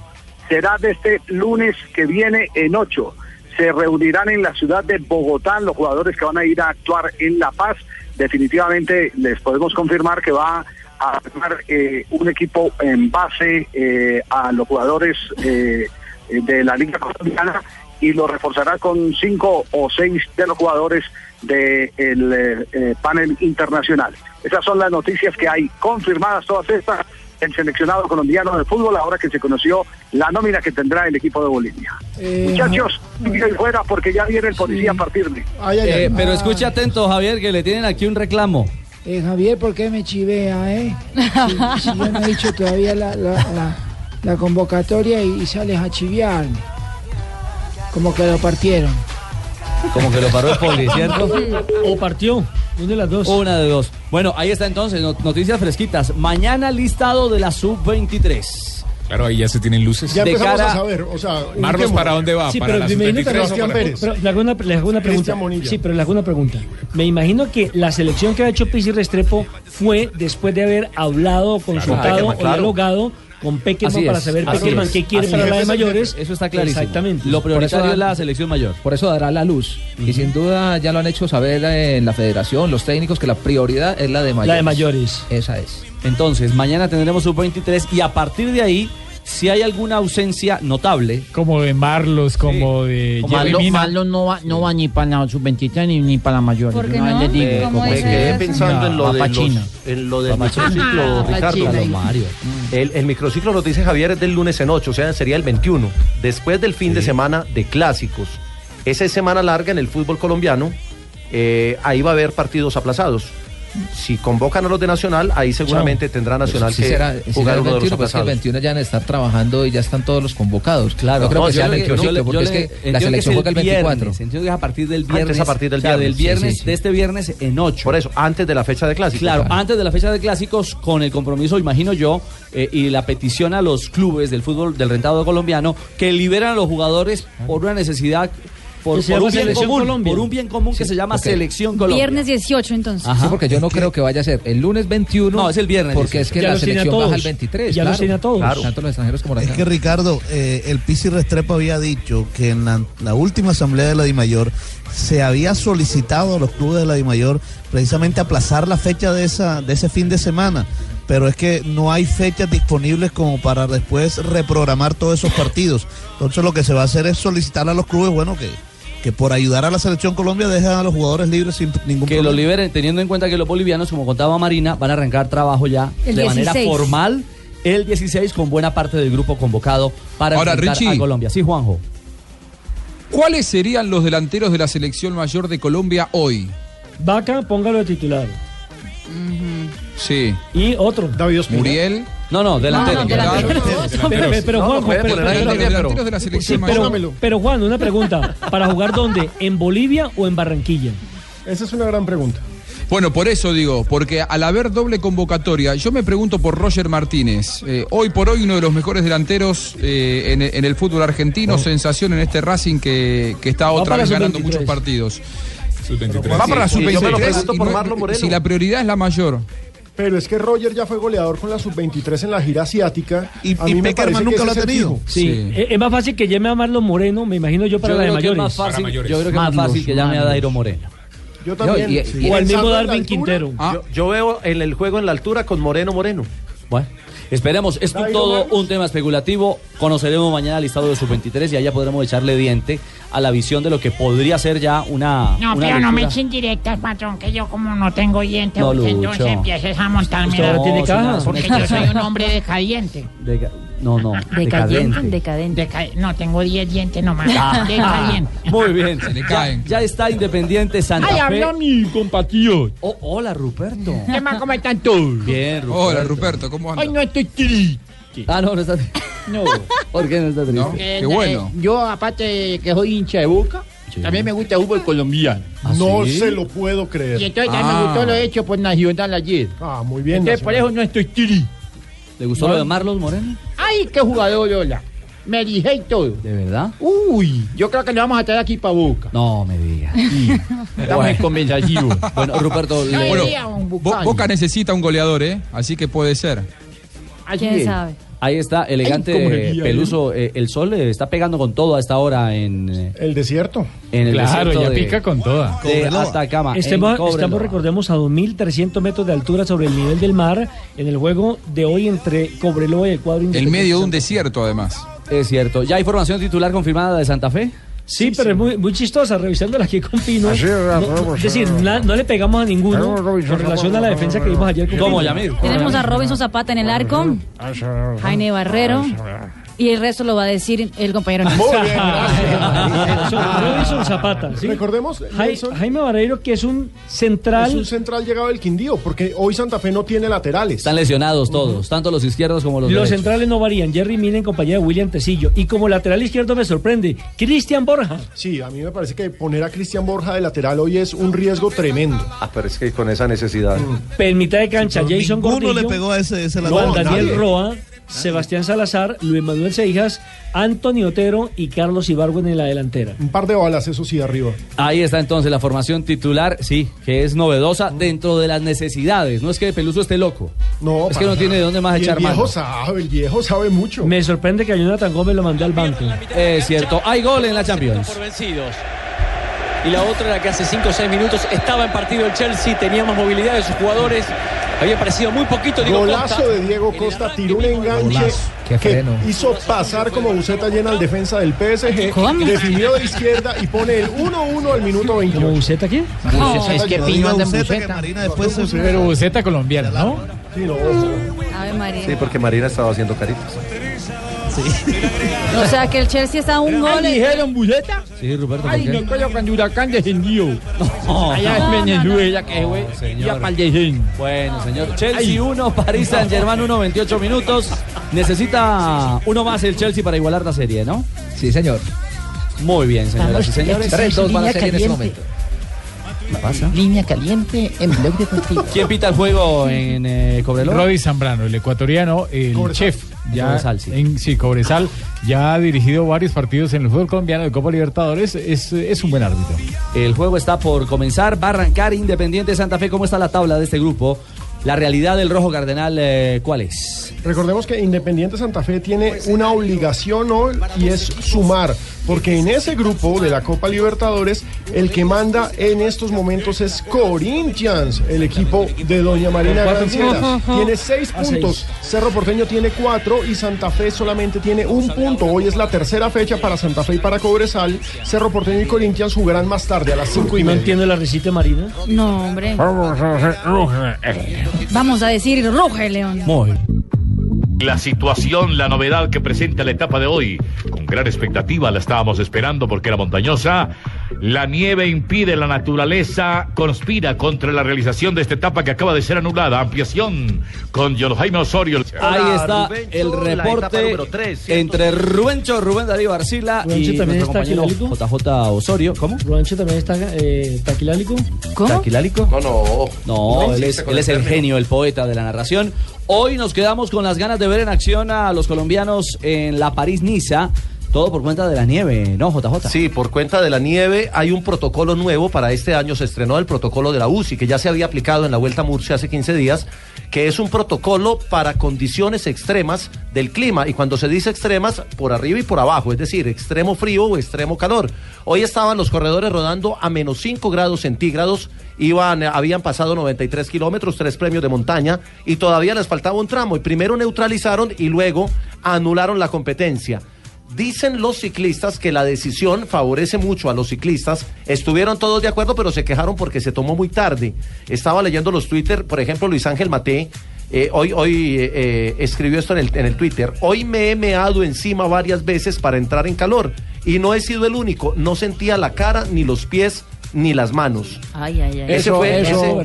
Speaker 21: Será desde lunes que viene en 8. Se reunirán en la ciudad de Bogotá los jugadores que van a ir a actuar en La Paz. Definitivamente les podemos confirmar que va a armar eh, un equipo en base eh, a los jugadores eh, de la Liga Colombiana y lo reforzará con cinco o seis de los jugadores del eh, panel internacional. Esas son las noticias que hay confirmadas todas estas el seleccionado colombiano de fútbol ahora que se conoció la nómina que tendrá el equipo de Bolivia.
Speaker 9: Eh,
Speaker 21: Muchachos, y fuera porque ya viene el policía a partirme.
Speaker 3: Eh, pero escuche atento, Javier, que le tienen aquí un reclamo.
Speaker 4: Eh, Javier, ¿por qué me chivea, eh? Si, si yo no he hecho todavía la, la, la- la convocatoria y, y sales a chivearme. Como que lo partieron.
Speaker 3: Como que lo paró el poli, ¿cierto?
Speaker 9: O partió. Una de las dos.
Speaker 3: Una de dos. Bueno, ahí está entonces, no- noticias fresquitas. Mañana listado de la sub-23.
Speaker 6: Claro, ahí ya se tienen luces.
Speaker 3: Ya empezamos a
Speaker 5: saber, o sea,
Speaker 6: Marlos, ¿para dónde va?
Speaker 9: Sí,
Speaker 6: ¿Para
Speaker 9: pero
Speaker 6: la
Speaker 9: me imagino que
Speaker 6: 73 o
Speaker 9: Cristian
Speaker 6: para-
Speaker 9: Pérez. Pero le hago una, le hago una pregunta. Sí, pero le hago una pregunta. Me imagino que la selección que ha hecho Pizzi Restrepo fue después de haber hablado, consultado
Speaker 3: Peckerman,
Speaker 9: o
Speaker 3: claro.
Speaker 9: dialogado con Peckerman
Speaker 3: Así
Speaker 9: para
Speaker 3: es,
Speaker 9: saber
Speaker 3: así
Speaker 9: Peckerman
Speaker 3: es,
Speaker 9: qué quiere
Speaker 3: así
Speaker 9: para
Speaker 3: es.
Speaker 9: la de mayores.
Speaker 3: Eso está clarísimo.
Speaker 9: Exactamente.
Speaker 3: Lo prioritario
Speaker 17: da-
Speaker 3: es la selección mayor.
Speaker 17: Por eso dará la luz. Y sin duda ya lo han hecho saber eh, en la federación, los técnicos, que la prioridad es la de mayores.
Speaker 3: de
Speaker 9: mayores.
Speaker 17: Esa es.
Speaker 3: Entonces, mañana tendremos sub-23 y a partir de ahí, si hay alguna ausencia notable.
Speaker 10: Como de Marlos, como de
Speaker 22: Malo, malo no, va, no va ni para la sub-23 ni, ni para la mayor.
Speaker 18: ¿Por qué
Speaker 22: Yo
Speaker 18: no?
Speaker 22: les digo.
Speaker 18: ¿Cómo
Speaker 22: Como
Speaker 18: es
Speaker 22: que-
Speaker 18: eso?
Speaker 23: Quedé pensando en lo
Speaker 22: Va
Speaker 23: de
Speaker 22: pa'
Speaker 23: los-
Speaker 22: China.
Speaker 23: en lo del
Speaker 22: Va pa' China.
Speaker 23: microciclo,
Speaker 22: Va pa'
Speaker 23: Ricardo.
Speaker 22: China.
Speaker 23: El, el microciclo nos dice Javier es del lunes en 8, o sea, sería el 21, después del fin de semana de clásicos. Esa es semana larga en el fútbol colombiano, eh, ahí va a haber partidos aplazados. Si convocan a los de Nacional, ahí seguramente tendrá Nacional
Speaker 17: si
Speaker 23: que
Speaker 17: será, si
Speaker 23: jugar
Speaker 17: será el
Speaker 23: uno de los
Speaker 17: 21, pues es que el
Speaker 23: aplazados.
Speaker 17: 21 ya van a estar trabajando y ya están todos los convocados.
Speaker 3: Claro,
Speaker 17: no creo
Speaker 3: No,
Speaker 17: que
Speaker 3: yo
Speaker 17: sea el
Speaker 3: le-
Speaker 17: 21,
Speaker 3: yo le-
Speaker 17: porque
Speaker 3: yo
Speaker 17: es
Speaker 3: le-
Speaker 17: que la
Speaker 3: entiendo que es
Speaker 17: selección
Speaker 3: el
Speaker 17: juega el 24.
Speaker 3: viernes, entiendo que es a partir del viernes.
Speaker 23: Antes Ah, a partir del
Speaker 3: o sea,
Speaker 23: viernes.
Speaker 3: viernes,
Speaker 23: Sí, sí, sí.
Speaker 3: de este viernes en 8.
Speaker 23: Por eso, antes de la fecha de clásicos.
Speaker 3: Claro,
Speaker 23: Claro.
Speaker 3: antes de la fecha de clásicos, con el compromiso, imagino yo, eh, y la petición a los clubes del fútbol del rentado colombiano que liberan a los jugadores por una necesidad, por,
Speaker 17: Que se
Speaker 3: por
Speaker 17: llama
Speaker 3: un, bien
Speaker 17: Selección
Speaker 3: común,
Speaker 17: Colombia.
Speaker 3: por un bien común que se llama
Speaker 17: ok.
Speaker 3: Selección Colombia.
Speaker 13: Viernes 18 entonces.
Speaker 17: Sí, porque yo no creo que vaya a ser el lunes 21. No, es el viernes. Porque es que
Speaker 13: Ya
Speaker 17: la
Speaker 13: los tiene a
Speaker 17: selección
Speaker 13: todos.
Speaker 17: baja el 23.
Speaker 13: Ya los
Speaker 17: claro,
Speaker 13: tiene a todos.
Speaker 17: Claro. Tanto los extranjeros como la
Speaker 11: Es que Ricardo, eh, el Pisi Restrepo había dicho que en la, la última asamblea de la DIMAYOR se había solicitado a los clubes de la DIMAYOR precisamente aplazar la fecha de, esa, de ese fin de semana. Pero es que no hay fechas disponibles como para después reprogramar todos esos partidos. Entonces lo que se va a hacer es solicitar a los clubes, bueno, que, que por ayudar a la selección Colombia dejen a los jugadores libres sin ningún
Speaker 3: Que
Speaker 11: problema.
Speaker 3: lo liberen, teniendo en cuenta que los bolivianos, como contaba Marina, van a arrancar trabajo ya
Speaker 11: El
Speaker 3: de manera
Speaker 11: 16.
Speaker 3: formal el 16 con buena parte del grupo convocado para
Speaker 12: Ahora,
Speaker 3: enfrentar
Speaker 12: Richie.
Speaker 3: a Colombia. Sí, Juanjo.
Speaker 12: ¿Cuáles serían los delanteros de la selección mayor de Colombia hoy?
Speaker 9: Vaca, póngalo de titular.
Speaker 12: Sí.
Speaker 9: Y otro.
Speaker 12: David Muriel.
Speaker 3: No, no,
Speaker 9: delantero. Pero, pero, Juanjo, pero, pero, pero-
Speaker 12: de la
Speaker 9: sí,
Speaker 12: selección
Speaker 9: pero-
Speaker 12: mayor.
Speaker 9: pero, Juan, una pregunta. ¿Para jugar dónde? ¿En Bolivia o en Barranquilla?
Speaker 5: Esa es una gran pregunta.
Speaker 12: Bueno, por eso digo, porque al haber doble convocatoria, yo me pregunto por Roger Martínez. Eh, hoy por hoy uno de los mejores delanteros eh, en, en el fútbol argentino,
Speaker 9: Oh.
Speaker 12: sensación en este Racing que, que está otra
Speaker 5: para
Speaker 12: vez
Speaker 5: la
Speaker 12: ganando
Speaker 5: sub-23.
Speaker 12: muchos partidos.
Speaker 5: Va para la
Speaker 12: Sí,
Speaker 5: sub-23.
Speaker 12: yo me lo
Speaker 5: Sí,
Speaker 12: pregunto
Speaker 5: y
Speaker 12: por
Speaker 5: no-
Speaker 12: Marlon Moreno. Si la prioridad es la mayor.
Speaker 5: Pero es que Roger ya fue goleador con la sub-23 en la gira asiática. Y,
Speaker 9: Peckerman Sí. Eh, Es más fácil que llame a Marlon Moreno, me imagino yo, para
Speaker 3: Yo
Speaker 9: la de
Speaker 3: creo que es
Speaker 9: mayores.
Speaker 3: más fácil- Para mayores. yo creo que es más fácil que llame a Dairo Moreno.
Speaker 5: Yo
Speaker 9: también, y- sí. y- O al mismo Darwin Quintero.
Speaker 23: Yo, yo veo en el juego en la altura con Moreno Moreno.
Speaker 3: Bueno, esperemos. Es un todo un tema especulativo. Conoceremos mañana el listado de sub-23 y allá podremos echarle diente a la visión de lo que podría ser ya una.
Speaker 7: No,
Speaker 3: una
Speaker 7: pero no me
Speaker 3: locura.
Speaker 7: echen directas, patrón, que yo como no tengo dientes,
Speaker 3: No,
Speaker 7: pues
Speaker 3: Lucho.
Speaker 7: entonces empieces a montarme.
Speaker 3: Usted
Speaker 7: la-
Speaker 3: no tiene caja.
Speaker 7: Porque yo soy un hombre decadiente.
Speaker 3: Deca- No, no.
Speaker 7: Decadente. Decadente. no, tengo 10 dientes nomás.
Speaker 3: Ah,
Speaker 7: Decadente.
Speaker 3: Muy bien. Ya, ya está Independiente Santa
Speaker 7: Ay,
Speaker 3: Fe.
Speaker 7: habla
Speaker 3: mi compatriota.
Speaker 5: Oh,
Speaker 3: hola, Ruperto.
Speaker 7: ¿Qué más? ¿Cómo están todos?
Speaker 3: Bien, Ruperto.
Speaker 12: Hola, Ruperto, ¿cómo
Speaker 7: Ay, no estoy triste.
Speaker 3: Ah, no, no está No. ¿Por qué no está triste?
Speaker 7: Eh, eh, yo, aparte de que soy hincha de Boca, también me gusta el fútbol colombiano.
Speaker 3: ¿Ah,
Speaker 5: No se lo puedo creer.
Speaker 7: Y entonces ya me gustó lo hecho por Nacional ayer.
Speaker 5: Ah, muy bien.
Speaker 7: Entonces, por eso no estoy triste.
Speaker 3: ¿Le gustó
Speaker 7: No.
Speaker 3: lo de Marlos Moreno?
Speaker 7: ¡Ay, qué jugador, Lola! Me dije y todo.
Speaker 3: ¿De verdad?
Speaker 7: Uy, yo creo que lo vamos a traer aquí para Boca.
Speaker 3: No me digas.
Speaker 7: Estamos en conversativo.
Speaker 3: Bueno, Ruperto,
Speaker 7: No
Speaker 12: Bueno,
Speaker 7: diría un
Speaker 12: Bo-
Speaker 7: bucal.
Speaker 12: Boca necesita un goleador, ¿eh? Así que puede ser.
Speaker 7: Así
Speaker 13: ¿Quién
Speaker 7: es.
Speaker 13: sabe?
Speaker 3: Ahí está, elegante
Speaker 12: Ay, cómo le guía,
Speaker 3: Peluso. eh, el sol eh, está pegando con todo a esta hora en, eh,
Speaker 5: El desierto.
Speaker 3: en el
Speaker 10: Claro,
Speaker 3: desierto
Speaker 10: ya
Speaker 3: de-
Speaker 10: pica con toda.
Speaker 3: de Atacama. en
Speaker 9: Estamos,
Speaker 3: Cobreloa.
Speaker 9: estamos, recordemos, a 2.300 metros de altura sobre el nivel del mar en el juego de hoy entre Cobreloa y el cuadro
Speaker 12: En
Speaker 9: independiente.
Speaker 12: medio de un desierto, además.
Speaker 3: Es cierto. ¿Ya hay formación titular confirmada de Santa Fe?
Speaker 9: Sí, pero es muy, muy chistosa, revisándola aquí con Pino.
Speaker 3: Así es,
Speaker 9: No, no, es decir, na- no le pegamos a ninguno en relación a la defensa que vimos ayer con
Speaker 3: ¿Cómo,
Speaker 9: Pino.
Speaker 3: Yamil?
Speaker 13: Tenemos a Robinson Zapata en el arco, Jaime Barrero, y el resto lo va a decir el compañero. Nelson.
Speaker 9: Robinson Zapata.
Speaker 5: Recordemos, Nelson,
Speaker 9: Jaime Barreiro, que es un central.
Speaker 5: es un central llegado del Quindío, porque hoy Santa Fe no tiene laterales.
Speaker 3: Están lesionados todos, tanto los izquierdos como los,
Speaker 9: Los
Speaker 3: derechos.
Speaker 9: centrales no varían. Jerry Mina en compañía de William Tecillo. Y como lateral izquierdo me sorprende, Cristian Borja.
Speaker 5: Sí, a mí me parece que poner a Cristian Borja de lateral hoy es un riesgo tremendo.
Speaker 23: Ah, pero es que con esa necesidad.
Speaker 9: En mitad de cancha, Jason
Speaker 5: ninguno
Speaker 9: Gordillo.
Speaker 5: le pegó a ese- ese
Speaker 9: Juan
Speaker 5: lateral.
Speaker 9: Daniel
Speaker 5: Nadie.
Speaker 9: Roa. Sebastián Salazar, Luis Manuel Seijas, Anthony Otero y Carlos Ibargüen en la delantera.
Speaker 5: Un par de balas, eso sí, arriba.
Speaker 3: Ahí está entonces la formación titular, sí, que es novedosa
Speaker 5: Mm.
Speaker 3: dentro de las necesidades. No es que Peluso esté loco.
Speaker 5: No,
Speaker 3: es que no
Speaker 5: para
Speaker 3: tiene de
Speaker 5: nada.
Speaker 3: dónde más
Speaker 5: Y
Speaker 3: echar
Speaker 5: El viejo
Speaker 3: mano.
Speaker 5: sabe, el viejo sabe mucho.
Speaker 9: Me sorprende que a Jonathan Gómez lo mandé al banco.
Speaker 3: Es cierto, hay gol en la Champions.
Speaker 18: por vencidos. Y la otra era que hace 5 o 6 minutos estaba en partido el Chelsea, tenía más movilidad de sus jugadores, había aparecido muy poquito Diego
Speaker 5: Golazo
Speaker 18: Costa.
Speaker 5: de Diego Costa, tiró un enganche
Speaker 18: Golazo.
Speaker 17: Qué
Speaker 5: que
Speaker 17: freno.
Speaker 5: hizo pasar como buceta llena al defensa del PSG,
Speaker 17: ¿Cómo?
Speaker 5: definió de izquierda y pone el 1-1 al minuto 20. ¿Como
Speaker 9: buceta aquí?
Speaker 17: Buceta, es que Pinto anda en Buceta. Pero Buceta colombiana, ¿no?
Speaker 5: Sí, no.
Speaker 13: Ave María.
Speaker 23: Sí, porque Marina estaba haciendo caritas.
Speaker 13: O sea que el Chelsea está a un gol.
Speaker 7: ¿Dijeron bulleta?
Speaker 3: Sí, Roberto.
Speaker 7: Ay, me acuerdo cuando Huracán descendió. Allá
Speaker 3: no,
Speaker 7: en Venezuela, que
Speaker 3: no,
Speaker 7: güey.
Speaker 3: señor.
Speaker 7: Ya pa'l dejen.
Speaker 3: Bueno, señor. Chelsea 1, París Saint Germain 1, 28 minutos. Necesita uno más el Chelsea para igualar la serie, ¿no?
Speaker 17: Sí, señor.
Speaker 3: Muy bien, señoras y señores.
Speaker 22: 3-2 van a ser en este momento.
Speaker 3: pasa?
Speaker 22: Línea caliente en blog deportivo.
Speaker 3: ¿Quién pita el juego en eh, Cobreloa?
Speaker 10: Roddy Zambrano, el ecuatoriano, el chef. Ya
Speaker 3: Cobresal, sí.
Speaker 10: en, sí, Cobresal ya ha dirigido varios partidos en el fútbol colombiano de Copa Libertadores. Es, es un buen árbitro.
Speaker 3: El juego está por comenzar. Va a arrancar Independiente Santa Fe. ¿Cómo está la tabla de este grupo? La realidad del Rojo Cardenal, eh, ¿cuál es?
Speaker 5: Recordemos que Independiente Santa Fe tiene una obligación hoy y es sumar, porque en ese grupo de la Copa Libertadores el que manda en estos momentos es Corinthians, el equipo de Doña Marina
Speaker 20: Con cuatro
Speaker 5: Granciera.
Speaker 20: puntos.
Speaker 5: Tiene seis
Speaker 9: Ah,
Speaker 20: A seis.
Speaker 5: puntos, Cerro Porteño tiene cuatro y Santa Fe solamente tiene un punto. Hoy es la tercera fecha para Santa Fe y para Cobresal. Cerro Porteño y Corinthians jugarán más tarde a las cinco y
Speaker 9: No
Speaker 5: media.
Speaker 9: entiendo la recita Marina.
Speaker 13: No, hombre.
Speaker 9: ¿Ah?
Speaker 13: Vamos a decir, ruge, León.
Speaker 24: La situación, la novedad que presenta la etapa de hoy, con gran expectativa la estábamos esperando porque era montañosa. La nieve impide, la naturaleza conspira contra la realización de esta etapa que acaba de ser anulada. Ampliación con John Jaime Osorio.
Speaker 3: Ahí está el
Speaker 23: etapa
Speaker 3: reporte
Speaker 23: número tres,
Speaker 3: entre Rubencho, Rubén Darío Arcila
Speaker 9: Rubencho
Speaker 3: y
Speaker 9: también
Speaker 3: nuestro
Speaker 9: está
Speaker 3: compañero
Speaker 9: aquilálico.
Speaker 3: JJ Osorio. ¿Cómo?
Speaker 9: Ruancho también está eh, taquilálico.
Speaker 3: ¿Taquilálico? No, no.
Speaker 9: No
Speaker 3: él es,
Speaker 9: insiste con
Speaker 3: él
Speaker 9: el
Speaker 3: es el
Speaker 9: término.
Speaker 3: genio, el poeta de la narración. Hoy nos quedamos con las ganas de ver en acción a los colombianos en la París-Niza. Todo por cuenta de la nieve, ¿no, JJ?
Speaker 23: Sí, por cuenta de la nieve hay un protocolo nuevo para este año. Se estrenó el protocolo de la UCI, que ya se había aplicado en la Vuelta a Murcia hace 15 días, que es un protocolo para condiciones extremas del clima. Y cuando se dice extremas, por arriba y por abajo, es decir, extremo frío o extremo calor. Hoy estaban los corredores rodando a menos 5 grados centígrados. Iban, habían pasado 93 kilómetros, tres premios de montaña, y todavía les faltaba un tramo. Y primero neutralizaron y luego anularon la competencia. Dicen los ciclistas que la decisión favorece mucho a los ciclistas. Estuvieron todos de acuerdo, pero se quejaron porque se tomó muy tarde. Estaba leyendo los Twitter, por ejemplo, Luis Ángel Mate. eh, hoy hoy eh, eh, escribió esto en el, en el Twitter. Hoy me he meado encima varias veces para entrar en calor. Y no he sido el único. No sentía la cara, ni los pies, ni las manos.
Speaker 4: Ay, ay,
Speaker 23: ay. Ese fue- ese-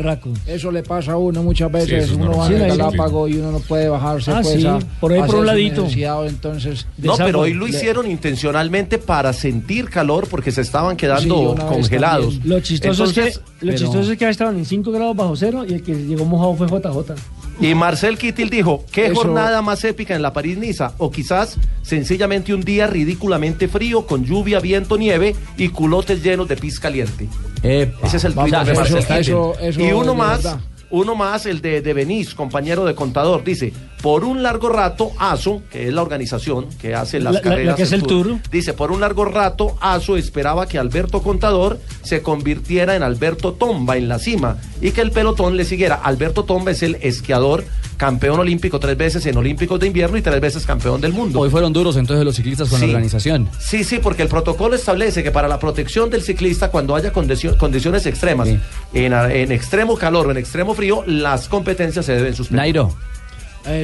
Speaker 4: eso le pasa a uno muchas
Speaker 23: Sí, eso
Speaker 4: veces.
Speaker 23: es
Speaker 4: uno va
Speaker 23: normal.
Speaker 4: en
Speaker 23: Sí,
Speaker 4: el
Speaker 23: ahí-
Speaker 4: Galápago y uno no puede bajarse.
Speaker 9: Ah,
Speaker 4: pues,
Speaker 9: sí,
Speaker 4: a-
Speaker 9: por ahí
Speaker 4: a
Speaker 9: por
Speaker 4: hacer
Speaker 9: un
Speaker 4: su
Speaker 9: ladito.
Speaker 4: necesidad, Entonces,
Speaker 23: No, pero hoy lo
Speaker 4: Le-
Speaker 23: hicieron intencionalmente para sentir calor porque se estaban quedando congelados.
Speaker 9: Pues Lo chistoso, es,
Speaker 23: Entonces-
Speaker 9: que, lo chistoso es que ahí estaban en 5 grados bajo cero y el que llegó mojado fue JJ.
Speaker 23: Y Marcel Kittil dijo, qué
Speaker 9: Eso-
Speaker 23: jornada más épica en la París-Niza, o quizás sencillamente un día ridículamente frío con lluvia, viento, nieve y culotes llenos de pis caliente. Ese es el
Speaker 4: Vamos,
Speaker 23: Twitter de
Speaker 4: eso-
Speaker 23: Marcel
Speaker 4: eso-
Speaker 23: Kittel.
Speaker 4: eso- eso
Speaker 23: Y
Speaker 4: de
Speaker 23: uno más,
Speaker 4: verdad.
Speaker 23: uno más, el de, de Benís, compañero de contador, dice, por un largo rato, ASO, que es la organización que hace las
Speaker 9: La- la- la
Speaker 23: carreras,
Speaker 9: que es el tour.
Speaker 23: dice, por un largo rato, ASO esperaba que Alberto Contador se convirtiera en Alberto Tomba en la cima y que el pelotón le siguiera. Alberto Tomba es el esquiador, campeón olímpico tres veces en Olímpicos de Invierno y tres veces campeón del mundo.
Speaker 3: Hoy fueron duros entonces los ciclistas con
Speaker 23: Sí.
Speaker 3: la organización.
Speaker 23: Sí, sí, porque el protocolo establece que para la protección del ciclista cuando haya condicio- condiciones extremas, en, a- en extremo calor o en extremo frío, las competencias se deben suspender.
Speaker 3: Nairo.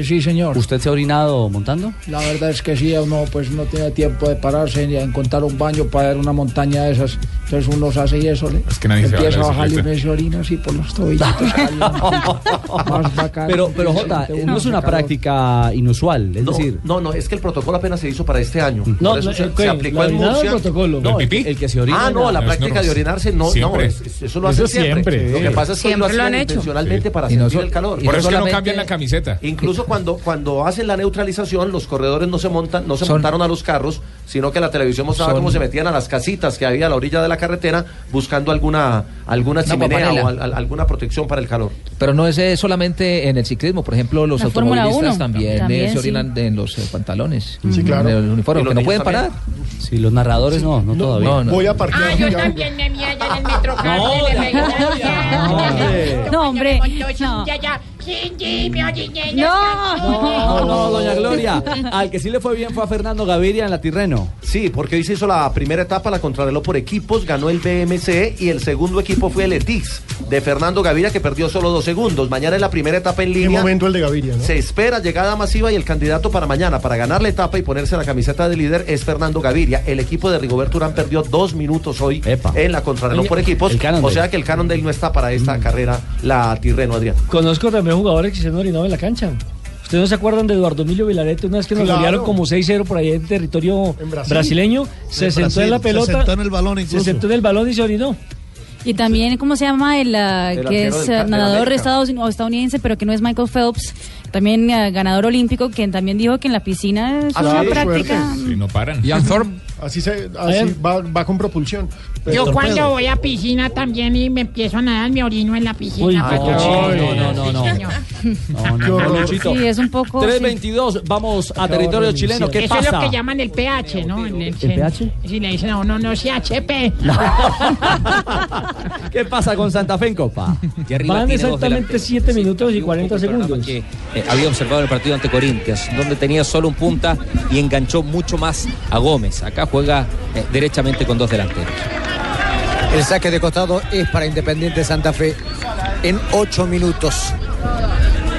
Speaker 4: sí, señor.
Speaker 3: ¿Usted se ha orinado montando?
Speaker 4: La verdad es que sí, uno pues no tiene tiempo de pararse ni a encontrar un baño para ir a una montaña de esas. Entonces uno se hace y eso, ¿eh?
Speaker 3: que nadie se
Speaker 4: Empieza
Speaker 3: va
Speaker 4: a
Speaker 3: a la
Speaker 4: bajarle
Speaker 3: bicicleta.
Speaker 4: uno y se orina así por los tobillitos.
Speaker 3: Pero, pero Jota, eh, no es una práctica inusual, es
Speaker 23: No,
Speaker 3: decir...
Speaker 23: no, no, es que el protocolo apenas se hizo para este año.
Speaker 3: No,
Speaker 23: Por eso
Speaker 3: no,
Speaker 23: se,
Speaker 3: ok,
Speaker 23: se aplicó en
Speaker 3: la orinada o
Speaker 23: Murcia.
Speaker 3: el protocolo.
Speaker 23: No,
Speaker 3: ¿El pipí?
Speaker 23: que
Speaker 3: se orina.
Speaker 23: Ah, no, la
Speaker 3: No, es
Speaker 23: práctica de
Speaker 3: normal.
Speaker 23: orinarse no, no,
Speaker 3: Siempre.
Speaker 23: es- es- eso lo hace
Speaker 3: Eso
Speaker 23: siempre.
Speaker 3: siempre.
Speaker 23: Lo que
Speaker 3: Sí.
Speaker 23: pasa es que
Speaker 3: Siempre
Speaker 23: lo, hacían
Speaker 3: lo han hecho.
Speaker 23: intencionalmente
Speaker 3: Sí.
Speaker 23: para
Speaker 3: Y no
Speaker 23: sentir
Speaker 3: so-
Speaker 23: el calor.
Speaker 3: y Por no eso es que no solamente-
Speaker 23: cambian la
Speaker 3: camiseta.
Speaker 23: Incluso incluso cuando, cuando hacen la neutralización, los corredores no se montan, no se montaron a los carros, sino que la televisión mostraba
Speaker 17: Son-
Speaker 23: cómo se metían a las casitas que había a la orilla de la carretera buscando alguna, alguna
Speaker 17: Una
Speaker 23: chimenea
Speaker 17: paparela.
Speaker 23: o al- al- alguna protección para el calor.
Speaker 17: Pero no es eh, solamente en el ciclismo, por ejemplo, los
Speaker 23: La Fórmula
Speaker 17: automovilistas
Speaker 23: 1.
Speaker 17: también, eh,
Speaker 23: También, sí.
Speaker 17: se orinan en los eh, pantalones,
Speaker 3: Sí, claro.
Speaker 17: en el uniforme,
Speaker 3: Y los
Speaker 17: que no
Speaker 3: niños
Speaker 17: pueden
Speaker 3: también.
Speaker 17: parar.
Speaker 3: Sí, los narradores no, no, todavía.
Speaker 17: no, no. Voy a
Speaker 5: parquear.
Speaker 3: Ah,
Speaker 5: yo
Speaker 25: también me mía allá en el metro
Speaker 3: No, ya.
Speaker 13: No, hombre.
Speaker 25: No. Ya, ya. Sí, sí, me oye, ya, ya.
Speaker 3: No, no, doña Gloria. Al que sí le fue bien fue a Fernando Gaviria en la Tirreno.
Speaker 23: Sí, porque hoy se hizo la primera etapa, la contrarreloj por equipos, ganó el BMC E y el segundo equipo fue el ETIX de Fernando Gaviria que perdió solo dos segundos. Mañana es la primera etapa en
Speaker 5: Qué
Speaker 23: línea.
Speaker 5: momento el de Gaviria, ¿no?
Speaker 23: Se espera llegada masiva y el candidato para mañana para ganar la etapa y ponerse la camiseta de líder es Fernando Gaviria. El equipo de Rigoberto Urán perdió dos minutos hoy en la contrarreloj por equipos.
Speaker 3: El Mm. Cannondale.
Speaker 23: O sea que el Cannondale no está para esta carrera, la Tirreno, Adrián.
Speaker 9: Conozco también jugadores que se han orinado en la cancha. ¿Ustedes no se acuerdan de Eduardo Emilio Vilarete? Una vez que nos
Speaker 5: Claro.
Speaker 9: golearon como 6-0 por allá en territorio
Speaker 5: Brasil.
Speaker 9: brasileño, se
Speaker 5: En
Speaker 9: sentó en
Speaker 5: Brasil,
Speaker 9: la
Speaker 5: se
Speaker 9: pelota.
Speaker 5: sentó
Speaker 9: en el balón
Speaker 5: incluso.
Speaker 9: Se sentó en el balón y se orinó.
Speaker 13: Y también, ¿cómo se llama? El ah,
Speaker 9: El
Speaker 13: que
Speaker 9: arquero
Speaker 13: es
Speaker 9: del
Speaker 13: ah,
Speaker 9: Cap- de
Speaker 13: nadador
Speaker 9: América.
Speaker 13: Estados- o estadounidense, pero que no es Michael Phelps, también ah, ganador olímpico, quien también dijo que en la piscina
Speaker 9: Ah,
Speaker 13: es una práctica.
Speaker 24: Sí, no paran.
Speaker 12: Ian Thorpe.
Speaker 5: Ah, Así, se, así va, va con propulsión.
Speaker 25: Yo cuando voy a piscina también y me empiezo a nadar, me orino en la piscina.
Speaker 3: Uy,
Speaker 25: patrón.
Speaker 3: no, no, no, no, no.
Speaker 25: Señor.
Speaker 3: No, no, no, Luchito.
Speaker 13: Sí, es un poco. sí.
Speaker 3: 322, vamos a territorio chileno. ¿Qué
Speaker 25: Eso es lo
Speaker 3: pasa?
Speaker 25: que llaman el pH, ¿no? El,
Speaker 3: ¿El pH?
Speaker 25: Si le dicen a uno, no sea HP.
Speaker 3: ¿Qué pasa con Santa Fe en Copa?
Speaker 9: Van exactamente 7 minutos y 40 segundos.
Speaker 18: que eh, había observado en el partido ante Corinthians, donde tenía solo un punta y enganchó mucho más a Gómez. Acá juega eh, derechamente con dos delanteros.
Speaker 15: El saque de costado es para Independiente Santa Fe en 8 minutos.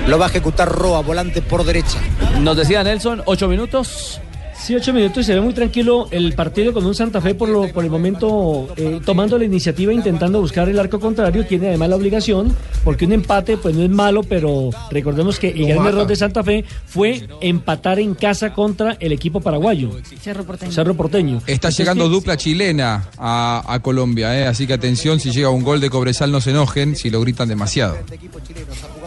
Speaker 15: Lo va a ejecutar Roa, volante por derecha.
Speaker 3: Nos decía Nelson, 8 minutos.
Speaker 9: Sí, ocho minutos y se ve muy tranquilo el partido con un Santa Fe por, lo, por el momento eh, tomando la iniciativa, intentando buscar el arco contrario. Tiene además la obligación, porque un empate pues no es malo, pero recordemos que el
Speaker 8: Lo
Speaker 9: gran
Speaker 8: mata.
Speaker 9: error de Santa Fe fue empatar en casa contra el equipo paraguayo,
Speaker 13: Cerro Porteño.
Speaker 9: Cerro Porteño.
Speaker 12: Está llegando dupla chilena a, a Colombia, eh, así que atención, si llega un gol de Cobresal no se enojen si lo gritan demasiado.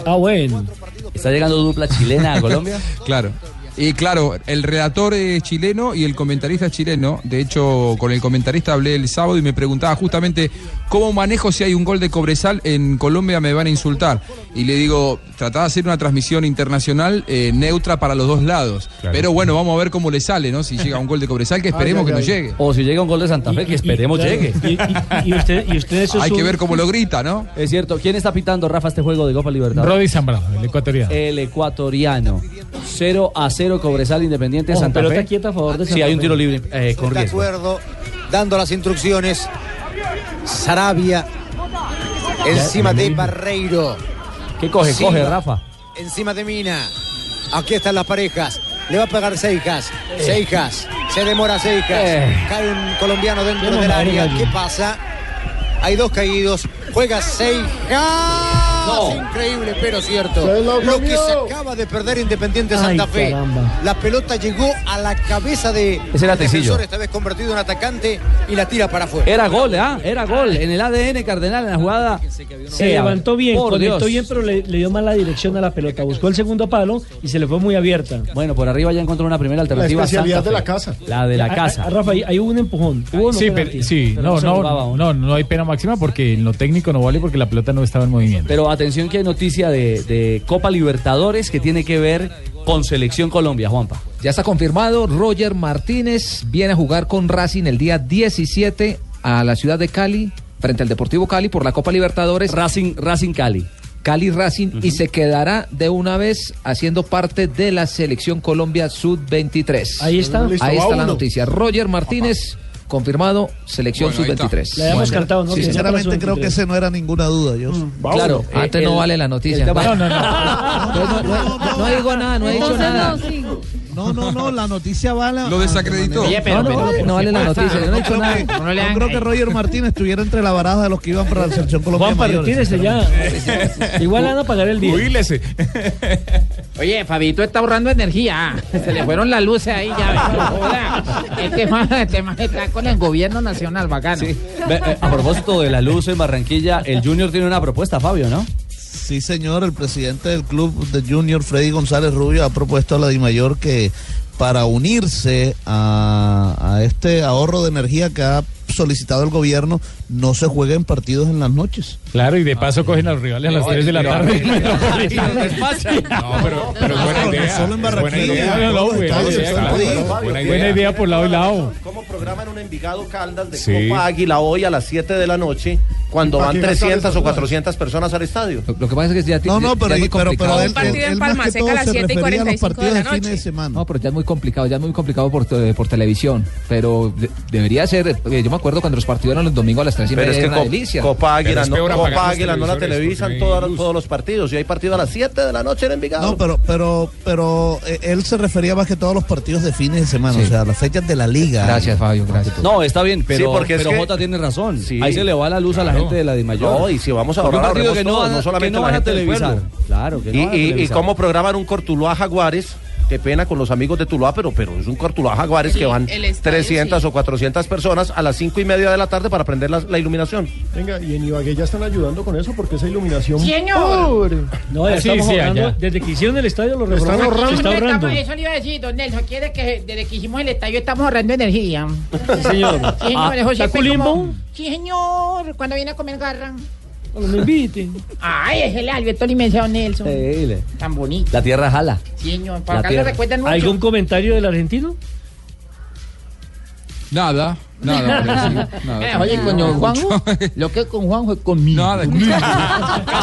Speaker 9: Ah, bueno.
Speaker 3: ¿Está llegando dupla chilena a Colombia?
Speaker 12: claro. Y claro, el relator es chileno y el comentarista es chileno. De hecho, con el comentarista hablé el sábado y me preguntaba justamente cómo manejo si hay un gol de Cobresal en Colombia, me van a insultar. Y le digo, tratá de hacer una transmisión internacional eh, neutra para los dos lados. Pero bueno, vamos a ver cómo le sale, ¿no? Si llega un gol de Cobresal, que esperemos que no llegue.
Speaker 3: O si llega un gol de Santa Fe, que esperemos
Speaker 12: claro.
Speaker 3: llegue.
Speaker 9: Y, usted, y usted
Speaker 12: Hay que ver cómo lo grita, ¿no?
Speaker 3: Es cierto. ¿Quién está pitando, Rafa, este juego de Copa Libertadores?
Speaker 10: Roddy Zambrano, el ecuatoriano.
Speaker 3: El ecuatoriano. 0 a 0 Cobresal Independiente
Speaker 10: Ojo,
Speaker 3: Santa
Speaker 10: pelota
Speaker 3: Fe.
Speaker 9: quieta a favor de
Speaker 3: Sí,
Speaker 10: Santa
Speaker 3: hay un
Speaker 10: Fe.
Speaker 3: tiro libre eh, con
Speaker 15: De
Speaker 3: riesgo.
Speaker 15: acuerdo, dando las instrucciones. Sarabia, encima de Barreiro.
Speaker 3: ¿Qué coge?
Speaker 15: Silva,
Speaker 3: Coge, Rafa.
Speaker 15: Encima de Mina. Aquí están las parejas. Le va a pegar Seijas.
Speaker 3: Eh.
Speaker 15: Seijas. Se demora Seijas.
Speaker 26: Eh.
Speaker 15: Cae un colombiano dentro
Speaker 26: Vamos,
Speaker 15: del
Speaker 26: Mario
Speaker 15: área.
Speaker 26: Gallo.
Speaker 15: ¿Qué pasa? Hay dos caídos. Juega Seijas. Increíble, pero cierto.
Speaker 26: Se
Speaker 15: Lo
Speaker 26: lo
Speaker 15: que
Speaker 26: comió.
Speaker 15: se acaba de perder Independiente Santa
Speaker 26: Ay,
Speaker 15: Fe.
Speaker 26: caramba.
Speaker 15: La pelota llegó a la cabeza de
Speaker 3: Ese era
Speaker 15: del defensor,
Speaker 3: Tecillo.
Speaker 15: esta vez convertido en atacante, y la tira para afuera.
Speaker 3: Era gol, ¿ah? Era gol. En el ADN Cardenal, en la jugada.
Speaker 9: Se levantó bien,
Speaker 3: Por
Speaker 9: conectó
Speaker 3: Dios.
Speaker 9: bien, pero le, le dio mala dirección a la pelota. Buscó el segundo palo y se le fue muy abierta.
Speaker 3: Bueno, por arriba ya encontró una primera alternativa.
Speaker 9: especialidad
Speaker 3: Santa
Speaker 9: de la
Speaker 3: Fe.
Speaker 9: casa.
Speaker 3: La de la
Speaker 9: Ah,
Speaker 3: casa.
Speaker 9: ah, Rafa, ahí ahí hubo un empujón. Hubo no
Speaker 10: Sí, pero,
Speaker 9: penalti.
Speaker 10: sí,
Speaker 9: Pero
Speaker 10: no,
Speaker 9: se jugaba
Speaker 10: no,
Speaker 9: aún.
Speaker 10: no, no hay pena máxima porque en lo técnico no vale porque la pelota no estaba en movimiento.
Speaker 3: Pero atención que hay noticia de, de Copa Libertadores que tiene que ver con Selección Colombia, Juanpa.
Speaker 17: Ya está confirmado, Roger Martínez viene a jugar con Racing el día 17 a la ciudad de Cali, frente al Deportivo Cali por la Copa Libertadores.
Speaker 3: Racing, Racing Cali.
Speaker 17: Cali Racing y se quedará de una vez haciendo parte de la selección Colombia Sub-23.
Speaker 9: Ahí está. Listo,
Speaker 17: ahí
Speaker 9: va
Speaker 17: está la
Speaker 9: uno.
Speaker 17: noticia. Roger Martínez, confirmado, selección
Speaker 15: Bueno, ahí está.
Speaker 17: Sub-23.
Speaker 15: La habíamos cantado, ¿no?
Speaker 17: Sí,
Speaker 15: Que
Speaker 17: señor.
Speaker 15: Sinceramente,
Speaker 11: Sinceramente creo que ese no era ninguna duda, yo. Ah, este
Speaker 17: Claro, antes no vale la noticia. Bueno, No digo nada, no he dicho nada.
Speaker 11: No, no, no, la noticia va la...
Speaker 12: Lo desacreditó. Oye, pero-
Speaker 11: No,
Speaker 12: pero-
Speaker 11: no,
Speaker 12: pero-
Speaker 11: no vale la
Speaker 12: pero-
Speaker 11: noticia. Yo no he dicho
Speaker 12: no,
Speaker 11: nada.
Speaker 12: no, no le
Speaker 11: No
Speaker 12: hagan-
Speaker 11: creo que Roger Martínez estuviera entre la baraja de los que iban para la selección colombiana.
Speaker 9: Juanpa, retírese ya. Igual le van a pagar el día.
Speaker 11: Jubílese.
Speaker 7: Oye, Fabito está ahorrando energía. Se le fueron las luces ahí, ya. ves, no joda. Este man, este man está con el gobierno nacional, bacano.
Speaker 3: Ve, eh, A propósito de la luz en Barranquilla, el Junior tiene una propuesta, Fabio, ¿no?
Speaker 11: Sí, señor, el presidente del club de Junior, Freddy González Rubio, ha propuesto a la DIMAYOR que para unirse a, a este ahorro de energía que ha solicitado el gobierno, no se jueguen partidos en las noches.
Speaker 10: Claro, y de paso cogen a los rivales a las 3 de la tarde.
Speaker 11: No, pero,
Speaker 10: buena idea. Solo en Barranquilla. No, no, buena idea. Buena idea por lado y lado.
Speaker 23: ¿Cómo programan un Envigado Caldas de
Speaker 10: Sí.
Speaker 23: Copa Águila hoy a las 7 de la noche cuando
Speaker 17: ¿Y para
Speaker 23: van
Speaker 17: quién está
Speaker 23: 300 o
Speaker 17: desarmado?
Speaker 23: 400 personas al estadio?
Speaker 17: Lo que pasa es que ya ti-
Speaker 23: No, no,
Speaker 17: ya- ya
Speaker 23: pero-
Speaker 17: es muy
Speaker 23: pero- pero
Speaker 17: complicado.
Speaker 23: él- Un partido él- en él más Palma que Seca a todo las se 7 y refería a los 45 de partidos la de fines noche. de semana.
Speaker 17: No, pero ya es muy complicado, ya es muy complicado por, te- por televisión. Pero de- debería ser, eh, yo me acuerdo cuando los partidos eran los domingos a las 3 y
Speaker 23: Pero
Speaker 17: media,
Speaker 23: es que
Speaker 17: era una
Speaker 23: Co-
Speaker 17: delicia.
Speaker 23: Copa Águila no, Copa Águila no la
Speaker 17: pues,
Speaker 23: televisan todas- todos los partidos y hay partido a las 7 de la noche en Envigado.
Speaker 11: No, pero, pero, pero eh, él se refería más que todos los partidos de fines de semana, o sea, las fechas de la liga.
Speaker 17: Gracias, Fabio, gracias.
Speaker 3: No, está bien, pero,
Speaker 11: Sí, porque es
Speaker 3: pero
Speaker 11: que-
Speaker 3: Jota tiene razón.
Speaker 11: Sí.
Speaker 3: Ahí se le va la luz a la
Speaker 11: Claro.
Speaker 3: gente de la Dimayor.
Speaker 23: No, y si vamos a
Speaker 3: Porque
Speaker 23: ahorrar,
Speaker 3: un partido que
Speaker 23: ahorremos
Speaker 3: no,
Speaker 23: todos,
Speaker 3: van,
Speaker 23: no solamente
Speaker 3: que no
Speaker 23: la
Speaker 3: van a
Speaker 23: gente del
Speaker 3: televisar.
Speaker 23: pueblo.
Speaker 3: Claro, que no
Speaker 23: Y,
Speaker 3: van a
Speaker 23: y- y
Speaker 3: televisar.
Speaker 23: cómo programan un Cortuluá Jaguares. Qué pena con los amigos de Tuluá, pero, pero es un Cortuluá Jaguares
Speaker 27: El-
Speaker 23: que van
Speaker 27: el estadio,
Speaker 23: 300 o 400 personas a las 5 y media de la tarde para prender la, la iluminación.
Speaker 5: Venga, y en Ibagué ya están ayudando con eso porque esa iluminación.
Speaker 25: Señor.
Speaker 9: No, ya
Speaker 5: Ah, sí,
Speaker 9: estamos
Speaker 5: sí,
Speaker 9: ahorrando-
Speaker 5: allá.
Speaker 9: Desde que hicieron el estadio lo
Speaker 5: Lo están
Speaker 9: reformaron,
Speaker 5: ahorrando.
Speaker 9: Se está
Speaker 25: Estamos-
Speaker 9: ahorrando.
Speaker 25: Eso le iba a decir, don Nelson. Quiere que desde que hicimos el estadio estamos ahorrando energía.
Speaker 9: Sí, señor.
Speaker 25: Sí, señor,
Speaker 9: Ah,
Speaker 25: eso
Speaker 9: ¿está
Speaker 25: siempre
Speaker 9: Culimbo?
Speaker 25: como- Sí, señor. Cuando viene a comer garra.
Speaker 9: Cuando me inviten.
Speaker 25: Ay, es el Alberto Limencia, don Nelson.
Speaker 3: Sí, le-
Speaker 25: Tan bonito.
Speaker 3: La tierra jala.
Speaker 25: Sí, señor.
Speaker 3: La
Speaker 25: Para acá le
Speaker 3: tierra.
Speaker 25: recuerdan mucho.
Speaker 9: ¿Algún comentario del argentino?
Speaker 12: Nada, nada. sí, nada.
Speaker 7: Eh, oye, coño, Juanjo, lo que con Juanjo es conmigo.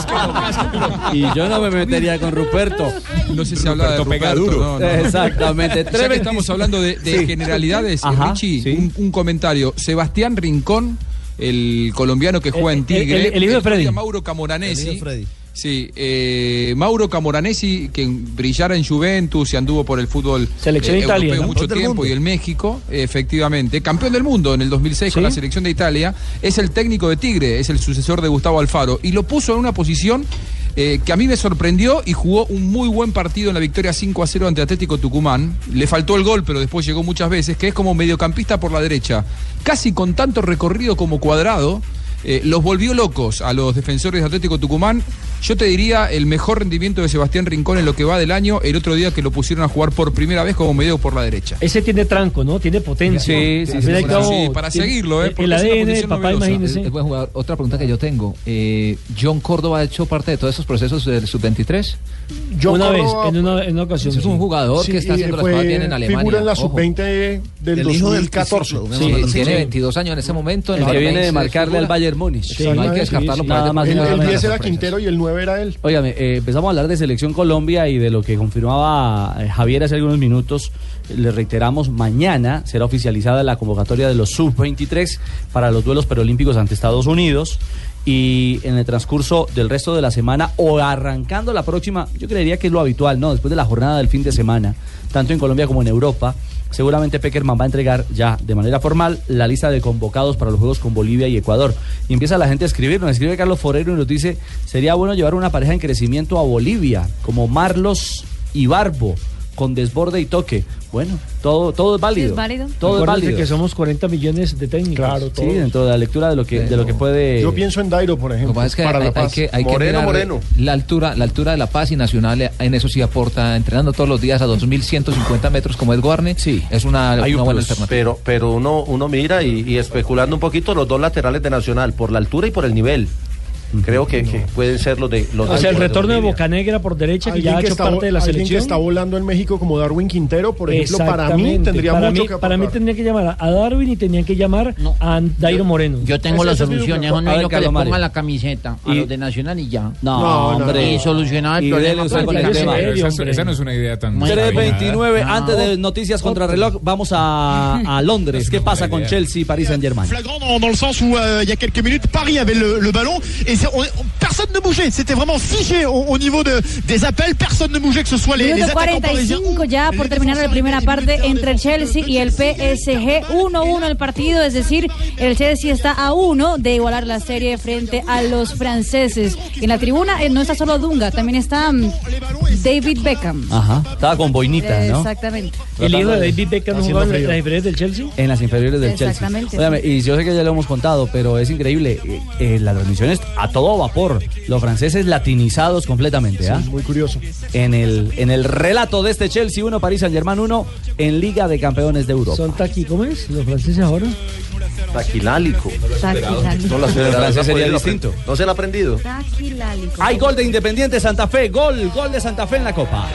Speaker 3: Y yo no me metería con Ruperto.
Speaker 12: No sé si habla de Ruperto, no, no.
Speaker 3: Exactamente.
Speaker 12: Ya que estamos hablando de, de
Speaker 3: Sí.
Speaker 12: generalidades,
Speaker 3: Ajá,
Speaker 12: Richie, un, un comentario. Sebastián Rincón, el colombiano que juega en
Speaker 9: El- el-
Speaker 12: Tigre.
Speaker 9: Eh, el- el hijo de Freddy.
Speaker 12: día Mauro Camoranesi. Sí, eh, Mauro Camoranesi, que brillara en Juventus y anduvo por el fútbol
Speaker 9: Selección
Speaker 12: eh,
Speaker 9: Italia,
Speaker 12: europeo
Speaker 9: ¿no?
Speaker 12: mucho
Speaker 9: Del
Speaker 12: tiempo
Speaker 9: mundo.
Speaker 12: y el México, eh, efectivamente, campeón del mundo en el 2006 con
Speaker 9: Sí.
Speaker 12: la selección de Italia, es el técnico de Tigre, es el sucesor de Gustavo Alfaro y lo puso en una posición eh, que a mí me sorprendió y jugó un muy buen partido en la victoria 5 a 0 ante Atlético Tucumán. Le faltó el gol, pero después llegó muchas veces, que es como mediocampista por la derecha, casi con tanto recorrido como cuadrado. Eh, los volvió locos a los defensores de Atlético Tucumán. Yo te diría el mejor rendimiento de Sebastián Rincón en lo que va del año, el otro día que lo pusieron a jugar por primera vez como medio por la derecha.
Speaker 9: Ese tiene tranco, ¿no? Tiene potencia.
Speaker 12: Sí, sí,
Speaker 9: Al
Speaker 12: sí,
Speaker 9: fin y al
Speaker 12: sí,
Speaker 9: cabo,
Speaker 12: sí, para
Speaker 9: tiene-
Speaker 12: seguirlo, ¿eh?
Speaker 9: el-
Speaker 12: Porque
Speaker 9: El
Speaker 12: es una
Speaker 9: ADN del
Speaker 12: posición
Speaker 9: papá,
Speaker 12: novedosa.
Speaker 3: Eh,
Speaker 9: imagínense.
Speaker 17: Es buen jugador. Otra pregunta que yo tengo. eh, ¿John Córdoba ha hecho parte de todos esos procesos del sub-23?
Speaker 5: Yo
Speaker 9: una vez,
Speaker 5: Córdoba-
Speaker 9: en una, en una ocasión.
Speaker 17: pues, Es un jugador
Speaker 5: Sí,
Speaker 17: que está
Speaker 5: y
Speaker 17: haciendo las
Speaker 5: fue
Speaker 17: cosas bien en Alemania.
Speaker 5: Figura en la
Speaker 17: ojo.
Speaker 5: sub-20 del
Speaker 17: El hijo del
Speaker 5: 2014.
Speaker 17: Tisico, Sí, tiene 22 años en ese momento.
Speaker 3: El que viene de marcarle al Bayern Múnich.
Speaker 17: Sí, no hay que descartarlo para
Speaker 3: nada más y
Speaker 5: el,
Speaker 3: nada
Speaker 5: el
Speaker 3: menos.
Speaker 5: 10 era Quintero y el 9 era él.
Speaker 3: Óigame, eh, empezamos a hablar de Selección Colombia y de lo que confirmaba eh, Javier hace algunos minutos. Les reiteramos, mañana será oficializada la convocatoria de los sub-23 para los duelos preolímpicos ante Estados Unidos. Y en el transcurso del resto de la semana o arrancando la próxima, yo creería que es lo habitual, ¿no? Después de la jornada del fin de semana, tanto en Colombia como en Europa, seguramente Peckerman va a entregar ya de manera formal la lista de convocados para los Juegos con Bolivia y Ecuador. Y empieza la gente a escribir, nos escribe Carlos Forero y nos dice, sería bueno llevar una pareja en crecimiento a Bolivia, como Marlos y Barbo, con desborde y toque. Bueno, todo, todo es válido.
Speaker 13: es válido.
Speaker 3: Todo es
Speaker 9: Acuérdense
Speaker 3: válido.
Speaker 9: que somos 40 millones de técnicos.
Speaker 5: Claro,
Speaker 3: Sí, dentro de la lectura de lo que, de lo que puede...
Speaker 5: Eh, Yo pienso en Dairo, por
Speaker 17: Lo que
Speaker 5: ejemplo.
Speaker 17: pasa es que
Speaker 5: para
Speaker 17: hay,
Speaker 5: la
Speaker 17: hay
Speaker 5: paz.
Speaker 17: que, hay que mirar La altura, la altura de La Paz y Nacional eh, en eso sí aporta, entrenando todos los días a 2.150 metros como es Guarne, es una,
Speaker 23: Hay
Speaker 17: Ah, una
Speaker 23: un
Speaker 17: buena
Speaker 23: plus,
Speaker 17: alternativa.
Speaker 23: pero pero uno, uno mira y, y especulando un poquito los dos laterales de Nacional, por la altura y por el nivel. Creo que, que pueden ser los de los
Speaker 9: O sea, el
Speaker 23: de-
Speaker 9: retorno de Bocanegra por derecha, que
Speaker 5: Alguien
Speaker 9: ya ha
Speaker 5: que
Speaker 9: hecho
Speaker 5: está-
Speaker 9: parte de la
Speaker 5: alguien que
Speaker 9: selección.
Speaker 5: está volando en México como Darwin Quintero, por ejemplo, para mí
Speaker 9: Exactamente.
Speaker 5: tendría
Speaker 9: para
Speaker 5: mucho
Speaker 9: mí,
Speaker 5: que
Speaker 9: Para mí
Speaker 5: aportar.
Speaker 9: tendría que llamar a Darwin y tenían que llamar a Dairo Moreno.
Speaker 7: Yo tengo la solución, eso no
Speaker 9: A
Speaker 7: es
Speaker 9: ver,
Speaker 7: lo que le
Speaker 9: Carlos Mario.
Speaker 7: pongan la camiseta a
Speaker 9: Y-
Speaker 7: los de Nacional y ya.
Speaker 3: No, No, hombre. no.
Speaker 7: Y solucionaba el
Speaker 3: Y
Speaker 7: problema
Speaker 3: dele usted
Speaker 7: con
Speaker 3: con
Speaker 7: el
Speaker 3: el
Speaker 7: tema.
Speaker 3: tema. Pero esa-
Speaker 6: Esa no es una idea tan...
Speaker 3: 3.29, antes de noticias contra reloj, vamos a, a Londres. ¿Qué pasa con Chelsea y Paris Saint-Germain?
Speaker 27: flagrant dans, dans le sens où euh, il y a quelques minutes Paris avait le, le ballon et ça- on- on- personne ne bougeait c'était vraiment figé au, au niveau de- des appels personne ne bougeait que ce soit les, les
Speaker 13: Minuto
Speaker 27: attaquants parisiens
Speaker 13: 45 ya por terminar la primera parte entre el Chelsea y el PSG 1-1 el partido, es decir, el Chelsea está a uno de igualar la serie frente a los franceses. En la tribuna eh, no está solo Dunga, también está mm, David Beckham.
Speaker 3: Ajá. Estaba con boinita, Ah, ¿no?
Speaker 13: Exactamente.
Speaker 9: El hijo de
Speaker 3: Tratando
Speaker 9: David Beckham
Speaker 3: Haciendo
Speaker 9: jugaba en
Speaker 3: frío.
Speaker 9: las inferiores del Chelsea.
Speaker 3: En las inferiores del Chelsea.
Speaker 13: Exactamente,
Speaker 3: Óigame, y yo sé que ya lo hemos contado, pero es increíble. eh, eh, la transmisión es a todo vapor. Los franceses latinizados completamente. ¿ah?
Speaker 5: muy curioso.
Speaker 3: En el, en el relato de este Chelsea 1, París Saint Germain 1, en Liga de Campeones de Europa.
Speaker 9: Son taqui, ¿cómo es? Los franceses ahora.
Speaker 23: Taquilálico.
Speaker 13: Taquilálico.
Speaker 23: No lo
Speaker 3: Pero
Speaker 23: esperaba,
Speaker 3: francés
Speaker 23: no
Speaker 3: sería
Speaker 23: podía,
Speaker 3: distinto.
Speaker 23: No se lo ha aprendido.
Speaker 3: Hay gol de Independiente Santa Fe, gol, gol de Santa Fe en la Copa.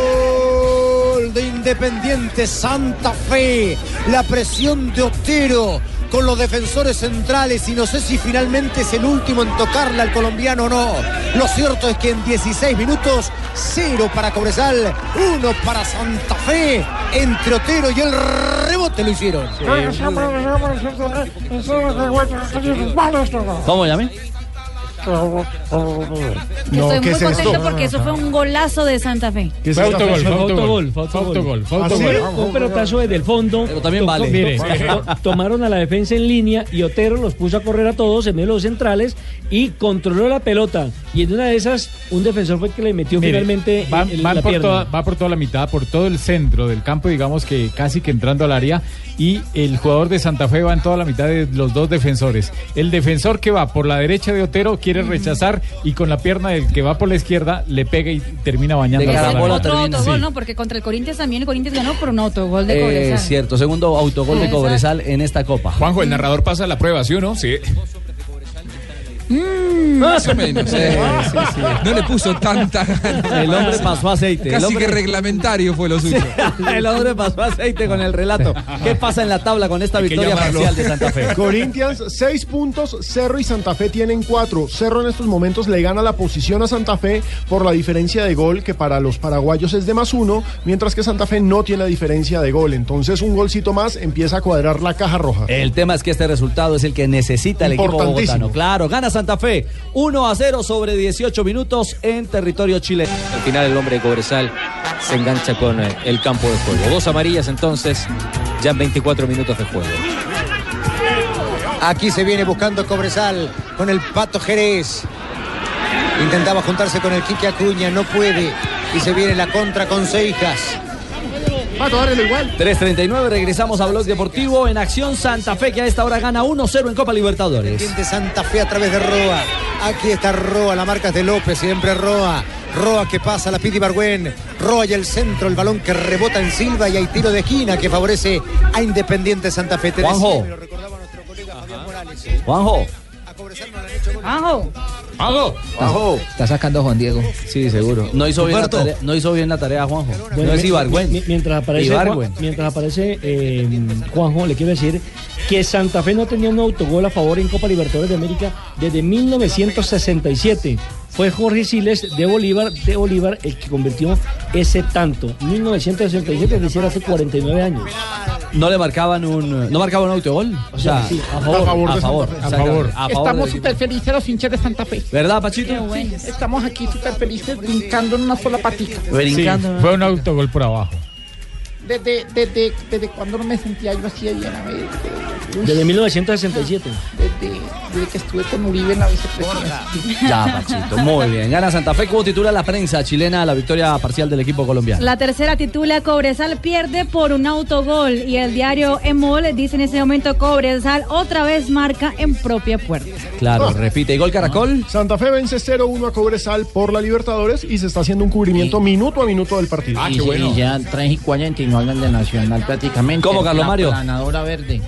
Speaker 15: gol de Independiente Santa Fe. La presión de Otero con los defensores centrales y no sé si finalmente es el último en tocarla al colombiano o no. Lo cierto es que en 16 minutos, cero para Cobresal, uno para Santa Fe. Entre Otero y el rebote lo hicieron.
Speaker 3: ¿Cómo llame?
Speaker 13: Yo
Speaker 3: No, ¿qué
Speaker 13: estoy muy
Speaker 3: es
Speaker 13: contento
Speaker 3: esto?
Speaker 13: porque eso fue un golazo de Santa Fe.
Speaker 3: ¿Qué es
Speaker 9: Fue
Speaker 3: esto?
Speaker 9: autogol, fue
Speaker 3: Fue
Speaker 9: autogol,
Speaker 3: autogol,
Speaker 9: fue
Speaker 3: fue
Speaker 9: autogol.
Speaker 3: autogol, fue
Speaker 9: Así,
Speaker 3: autogol.
Speaker 9: fue Un pelotazo desde el fondo.
Speaker 3: Pero también
Speaker 9: Tocó-
Speaker 3: vale.
Speaker 9: mire,
Speaker 3: Vale.
Speaker 9: to- tomaron a la defensa en línea y Otero los puso a correr a todos en medio de los centrales y controló la pelota. Y en una de esas, un defensor fue el que le metió
Speaker 10: Mire,
Speaker 9: finalmente
Speaker 10: van-
Speaker 9: en- en
Speaker 10: van
Speaker 9: la
Speaker 10: por
Speaker 9: pierna.
Speaker 10: toda- va por toda la mitad, por todo el centro del campo, digamos que casi que entrando al área. Y el jugador de Santa Fe va en toda la mitad de los dos defensores. El defensor que va por la derecha de Otero quiere rechazar y con la pierna del que va por la izquierda le pega y termina bañando.
Speaker 13: Es
Speaker 10: la
Speaker 13: el
Speaker 10: bola.
Speaker 13: otro autogol,
Speaker 10: Sí.
Speaker 13: ¿no? Porque contra el Corinthians también el Corinthians ganó por un autogol de
Speaker 3: Eh,
Speaker 13: Cobresal.
Speaker 3: cierto, segundo autogol de Cobresal en esta Copa.
Speaker 6: Juanjo, el narrador pasa la prueba, ¿sí o no? Sí.
Speaker 3: Mm.
Speaker 12: Más o menos. eh. No le puso tanta.
Speaker 3: El hombre pasó aceite. Este, el
Speaker 12: Casi
Speaker 3: hombre-
Speaker 12: que reglamentario fue lo suyo.
Speaker 3: el hombre pasó aceite con el relato. ¿Qué pasa en la tabla con esta
Speaker 12: Hay que
Speaker 3: victoria
Speaker 12: llamarlo.
Speaker 3: parcial de Santa Fe?
Speaker 5: Corinthians, 6 puntos. Cerro y Santa Fe tienen 4. Cerro en estos momentos le gana la posición a Santa Fe por la diferencia de gol, que para los paraguayos es de más uno, mientras que Santa Fe no tiene diferencia de gol. Entonces, un golcito más empieza a cuadrar la caja roja.
Speaker 3: El tema es que este resultado es el que necesita el equipo
Speaker 5: Importantísimo.
Speaker 3: bogotano. Claro, gana Santa Fe 1 a 0 sobre 18 minutos en territorio chileno.
Speaker 18: Al final el hombre de Cobresal se engancha con eh, el campo de juego. Dos amarillas entonces, ya en 24 minutos de juego.
Speaker 15: Aquí se viene buscando Cobresal con el Pato Jerez. Intentaba juntarse con el Quique Acuña, no puede. Y se viene la contra con Seijas.
Speaker 5: Pato, dárelo igual.
Speaker 3: 3.39, regresamos a Blog Deportivo en acción Santa Fe que a esta hora gana 1-0 en Copa Libertadores.
Speaker 15: Independiente Santa Fe a través de Roa. Aquí está Roa, la marca es de López, siempre Roa. Roa que pasa, la pide Bargüen. Roa y el centro, el balón que rebota en Silva y hay tiro de esquina que favorece a Independiente Santa Fe. Te
Speaker 3: Juanjo.
Speaker 15: decía,
Speaker 3: Juanjo.
Speaker 13: Ajo.
Speaker 6: Juanjo.
Speaker 17: Está sacando a Juan Diego.
Speaker 3: Sí, seguro. No hizo, bien la
Speaker 17: Humberto.
Speaker 3: tarea, no hizo bien la tarea, Juanjo.
Speaker 9: Bueno,
Speaker 3: no es
Speaker 9: mi-
Speaker 3: Ibargüen.
Speaker 9: mi- Mientras aparece,
Speaker 3: Ibargüen.
Speaker 9: Juan- mientras aparece eh, Juanjo, le quiero decir que Santa Fe no tenía un autogol a favor en Copa Libertadores de América desde 1967. Fue Jorge Siles de Bolívar, de Bolívar, el que convirtió ese tanto. 1967, es decir, hace 49 años.
Speaker 3: No le marcaban un. eh, No marcaban un autogol. O sea,
Speaker 9: Sí, a favor.
Speaker 3: A
Speaker 9: de
Speaker 3: favor.
Speaker 9: Santa Fe.
Speaker 3: A favor.
Speaker 8: Estamos
Speaker 3: del equipo.
Speaker 8: súper felices los hinchas de Santa Fe.
Speaker 3: ¿Verdad, Pachito?
Speaker 8: Sí, Estamos aquí súper felices brincando en una sola patica.
Speaker 10: Sí, fue un autogol por abajo.
Speaker 8: Desde, desde, desde cuando no me sentía yo así de bien, a ver, desde,
Speaker 9: Desde 1967.
Speaker 8: desde- desde que estuve con Uribe en la vicepresidencia.
Speaker 3: Ya, Pachito. Muy bien. Gana Santa Fe. ¿Cómo titula la prensa chilena la victoria parcial del equipo colombiano?
Speaker 13: La tercera titula Cobresal pierde por un autogol y el diario Emol dice en ese momento Cobresal otra vez marca en propia puerta.
Speaker 3: Claro, repite. ¿Y gol Caracol?
Speaker 5: Ah. Santa Fe vence 0-1 a Cobresal por la Libertadores y se está haciendo un cubrimiento minuto a minuto del partido.
Speaker 3: Ah,
Speaker 8: y, y ya 3 y 40 y no hablan de Nacional prácticamente.
Speaker 5: ¿Cómo, Carlos
Speaker 8: La
Speaker 5: Mario?
Speaker 8: planadora verde.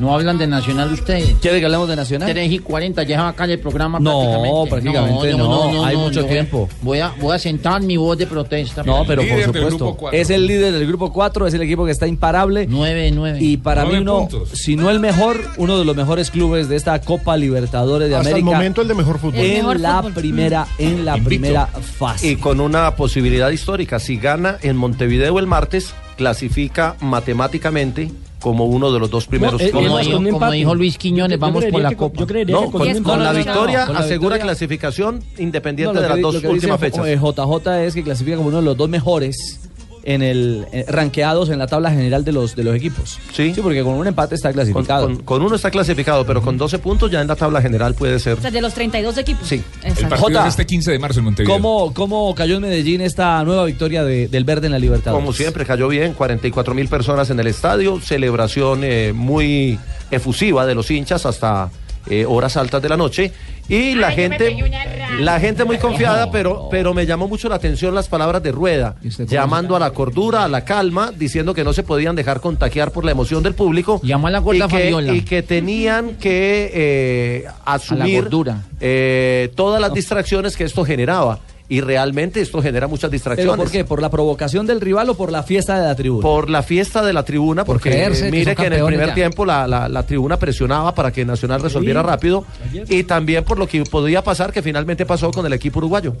Speaker 8: No hablan de Nacional ustedes.
Speaker 3: ¿Quiere que hablemos de Nacional?
Speaker 8: 3 y 40, ya se va a caer el programa
Speaker 3: No,
Speaker 8: prácticamente.
Speaker 3: prácticamente no, hay mucho
Speaker 8: yo voy-
Speaker 3: tiempo.
Speaker 8: Voy a, voy a sentar mi voz de protesta.
Speaker 3: No, pero por supuesto. Es el líder del grupo 4, es el equipo que está imparable. 9, 9. Y para
Speaker 8: Nueve
Speaker 3: mí uno,
Speaker 8: puntos.
Speaker 3: si no el mejor, uno de los mejores clubes de esta Copa Libertadores de
Speaker 5: Hasta el
Speaker 3: América.
Speaker 5: momento el de mejor fútbol.
Speaker 3: En la primera, en la primera fase.
Speaker 23: Y con una posibilidad histórica, si gana en Montevideo el martes, clasifica matemáticamente como uno de los dos primeros.
Speaker 8: eh,
Speaker 23: clubes.
Speaker 8: como dijo- como dijo Luis Quiñones,
Speaker 23: Yo
Speaker 8: vamos por
Speaker 23: creería
Speaker 8: la
Speaker 23: que-
Speaker 8: copa.
Speaker 23: yo creería que con- con, la victoria asegura clasificación
Speaker 3: No,
Speaker 23: independiente
Speaker 3: lo
Speaker 23: de
Speaker 3: que eh,
Speaker 23: las
Speaker 3: di-
Speaker 23: dos
Speaker 3: lo que
Speaker 23: últimas
Speaker 3: dice
Speaker 23: fechas.
Speaker 3: eh, JJ es que clasifica como uno de los dos mejores en el eh, ranqueados en la tabla general de los de los equipos.
Speaker 23: Sí.
Speaker 3: porque con un empate está clasificado.
Speaker 23: Con, con uno está clasificado, pero con 12 puntos ya en la tabla general puede ser.
Speaker 13: O sea, de los 32 equipos.
Speaker 23: Sí.
Speaker 13: Exacto.
Speaker 23: El partido
Speaker 3: Jota,
Speaker 23: es este
Speaker 12: 15 de marzo en Montevideo.
Speaker 3: ¿Cómo, ¿Cómo cayó en Medellín esta nueva victoria de- del Verde en la Libertadores?
Speaker 23: Como siempre, cayó bien, 44 mil personas en el estadio, celebración eh, muy efusiva de los hinchas hasta eh, horas altas de la noche. Y la gente, la gente muy confiada, pero, pero me llamó mucho la atención las palabras de Rueda, llamando a la cordura, a la calma, diciendo que no se podían dejar contagiar por la emoción del público. Llamó a la
Speaker 17: gorda
Speaker 23: y que,
Speaker 17: Fabiola.
Speaker 23: Y que tenían que eh, asumir
Speaker 17: gordura.
Speaker 23: eh, todas las distracciones que esto generaba. Y realmente esto genera muchas distracciones.
Speaker 3: ¿Pero por qué? ¿Por la provocación del rival o por la fiesta de la tribuna?
Speaker 23: Por la fiesta de la tribuna, porque
Speaker 3: creerse
Speaker 23: eh,
Speaker 3: que
Speaker 23: mire
Speaker 3: son
Speaker 23: que, en el
Speaker 3: campeones
Speaker 23: primer
Speaker 3: ya.
Speaker 23: tiempo la, la- la tribuna presionaba para que Nacional resolviera
Speaker 3: Sí.
Speaker 23: rápido y también por lo que podía pasar, que finalmente pasó con el equipo uruguayo.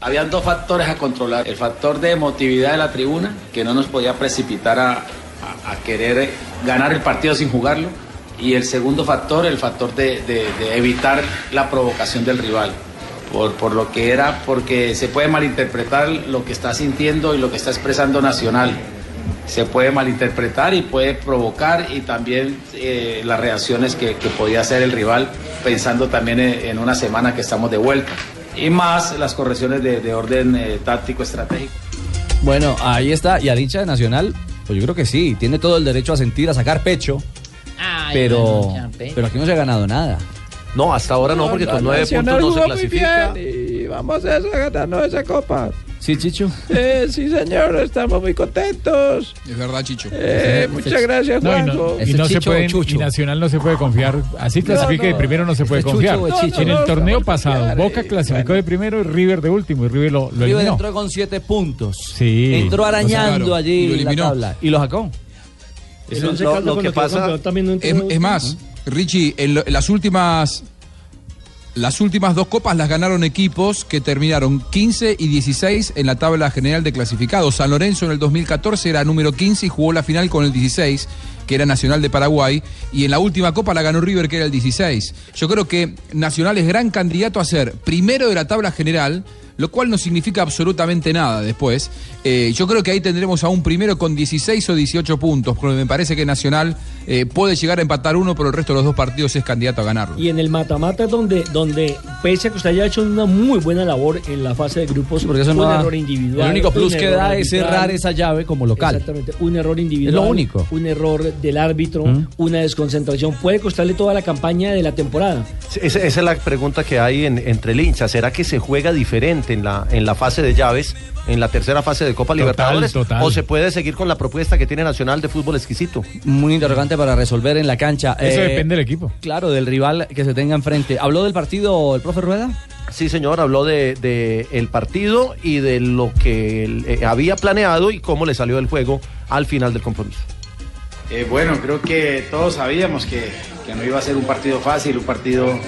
Speaker 28: Habían dos factores a controlar. El factor de emotividad de la tribuna, que no nos podía precipitar a, a- a querer eh, ganar el partido sin jugarlo. Y el segundo factor, el factor de, de- de evitar la provocación del rival. Por, por lo que era, porque se puede malinterpretar lo que está sintiendo y lo que está expresando Nacional. Se puede malinterpretar y puede provocar y también eh, las reacciones que, que podía hacer el rival pensando también en- en una semana que estamos de vuelta y más las correcciones de, de orden eh, táctico estratégico.
Speaker 3: Bueno, ahí está. Y al hincha de Nacional, pues yo creo que sí, tiene todo el derecho a sentir, a sacar pecho,
Speaker 7: Ay,
Speaker 3: pero,
Speaker 7: bueno, champé.
Speaker 3: pero aquí no se ha ganado nada.
Speaker 23: No, hasta ahora no, porque con nueve puntos no se clasifica.
Speaker 29: y vamos a eso, ganarnos esa copa.
Speaker 3: Sí, Chicho.
Speaker 29: Eh, sí, señor, estamos muy contentos.
Speaker 12: Es verdad, Chicho.
Speaker 29: Eh, muchas gracias,
Speaker 10: No, y no-
Speaker 29: Juanjo.
Speaker 10: y no se pueden- y Nacional no se puede confiar. Así
Speaker 29: No,
Speaker 10: clasifica de
Speaker 29: no.
Speaker 10: primero no se puede
Speaker 29: ¿Este
Speaker 10: confiar.
Speaker 29: Chucho o es Chicho?
Speaker 10: en
Speaker 29: No,
Speaker 10: el
Speaker 29: no,
Speaker 10: torneo
Speaker 29: no,
Speaker 10: pasado,
Speaker 29: no,
Speaker 10: Boca
Speaker 29: eh,
Speaker 10: clasificó de primero y River de último. Y River lo, lo
Speaker 3: River
Speaker 10: eliminó.
Speaker 3: entró con siete puntos.
Speaker 10: Sí.
Speaker 3: Entró arañando
Speaker 10: Claro,
Speaker 3: allí
Speaker 10: y lo
Speaker 3: en la
Speaker 10: eliminó.
Speaker 3: tabla. Y lo sacó.
Speaker 12: El
Speaker 3: Eso
Speaker 12: Once
Speaker 3: lo-
Speaker 12: Caldas
Speaker 3: lo
Speaker 12: con
Speaker 3: que
Speaker 12: quedó
Speaker 3: pasa-
Speaker 12: campeón también no entró. es, es más, Richie, en lo- en las últimas las últimas dos copas las ganaron equipos que terminaron 15 y 16 en la tabla general de clasificados. San Lorenzo en el 2014 era número 15 y jugó la final con el 16, que era Nacional de Paraguay, y en la última copa la ganó River, que era el 16. Yo creo que Nacional es gran candidato a ser primero de la tabla general. Lo cual no significa absolutamente nada después. Eh, yo creo que ahí tendremos a un primero con 16 o 18 puntos, porque me parece que Nacional eh, puede llegar a empatar uno, pero el resto de los dos partidos es candidato a ganarlo.
Speaker 9: Y en el matamata es donde, donde, pese a que usted haya hecho una muy buena labor en la fase de grupos,
Speaker 3: Porque eso
Speaker 9: un
Speaker 3: no da-
Speaker 9: error individual.
Speaker 3: el único
Speaker 9: un
Speaker 3: plus que
Speaker 9: error
Speaker 3: da es
Speaker 9: arbitral,
Speaker 3: cerrar esa llave como local.
Speaker 9: Exactamente, un error individual.
Speaker 3: Es lo único.
Speaker 9: Un error del árbitro,
Speaker 3: ¿Mm?
Speaker 9: una desconcentración. Puede costarle toda la campaña de la temporada.
Speaker 23: Esa, esa es la pregunta que hay en- entre el hincha. ¿Será que se juega diferente en la, en la fase de llaves, en la tercera fase de Copa
Speaker 3: Total,
Speaker 23: Libertadores?
Speaker 3: total.
Speaker 23: ¿O se puede seguir con la propuesta que tiene Nacional de fútbol exquisito?
Speaker 3: Muy interrogante para resolver en la cancha. Eh,
Speaker 23: Eso depende
Speaker 10: del equipo.
Speaker 3: Claro, del rival que se tenga enfrente. ¿Habló del partido el profe Rueda?
Speaker 23: Sí, señor, habló de, de el partido y de lo que él, eh, había planeado y cómo le salió el juego al final del compromiso.
Speaker 28: Eh, bueno, creo que todos sabíamos que, que no iba a ser un partido fácil, un partido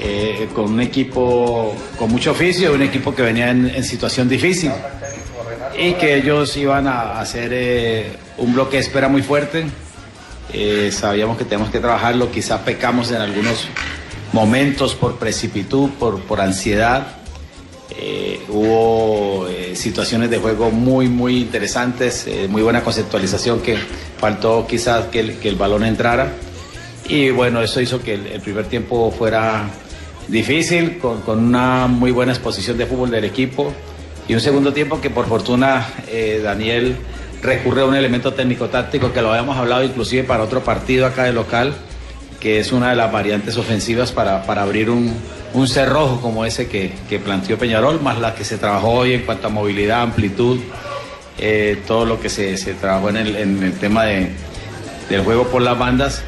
Speaker 28: eh, con un equipo con mucho oficio, un equipo que venía en, en situación difícil y que ellos iban a hacer eh, un bloque de espera muy fuerte. Eh, sabíamos que tenemos que trabajarlo, quizás pecamos en algunos momentos por precipitud, por, por ansiedad. Eh, hubo eh, situaciones de juego muy, muy interesantes, eh, muy buena conceptualización que faltó quizás que el, que el balón entrara. Y bueno, eso hizo que el, el primer tiempo fuera difícil, con, con una muy buena exposición de fútbol del equipo. Y un segundo tiempo que por fortuna eh, Daniel recurre a un elemento técnico-táctico que lo habíamos hablado inclusive para otro partido acá de local, que es una de las variantes ofensivas para, para abrir un, un cerrojo como ese que, que planteó Peñarol, más la que se trabajó hoy en cuanto a movilidad, amplitud, eh, todo lo que se, se trabajó en el, en el tema de, del juego por las bandas.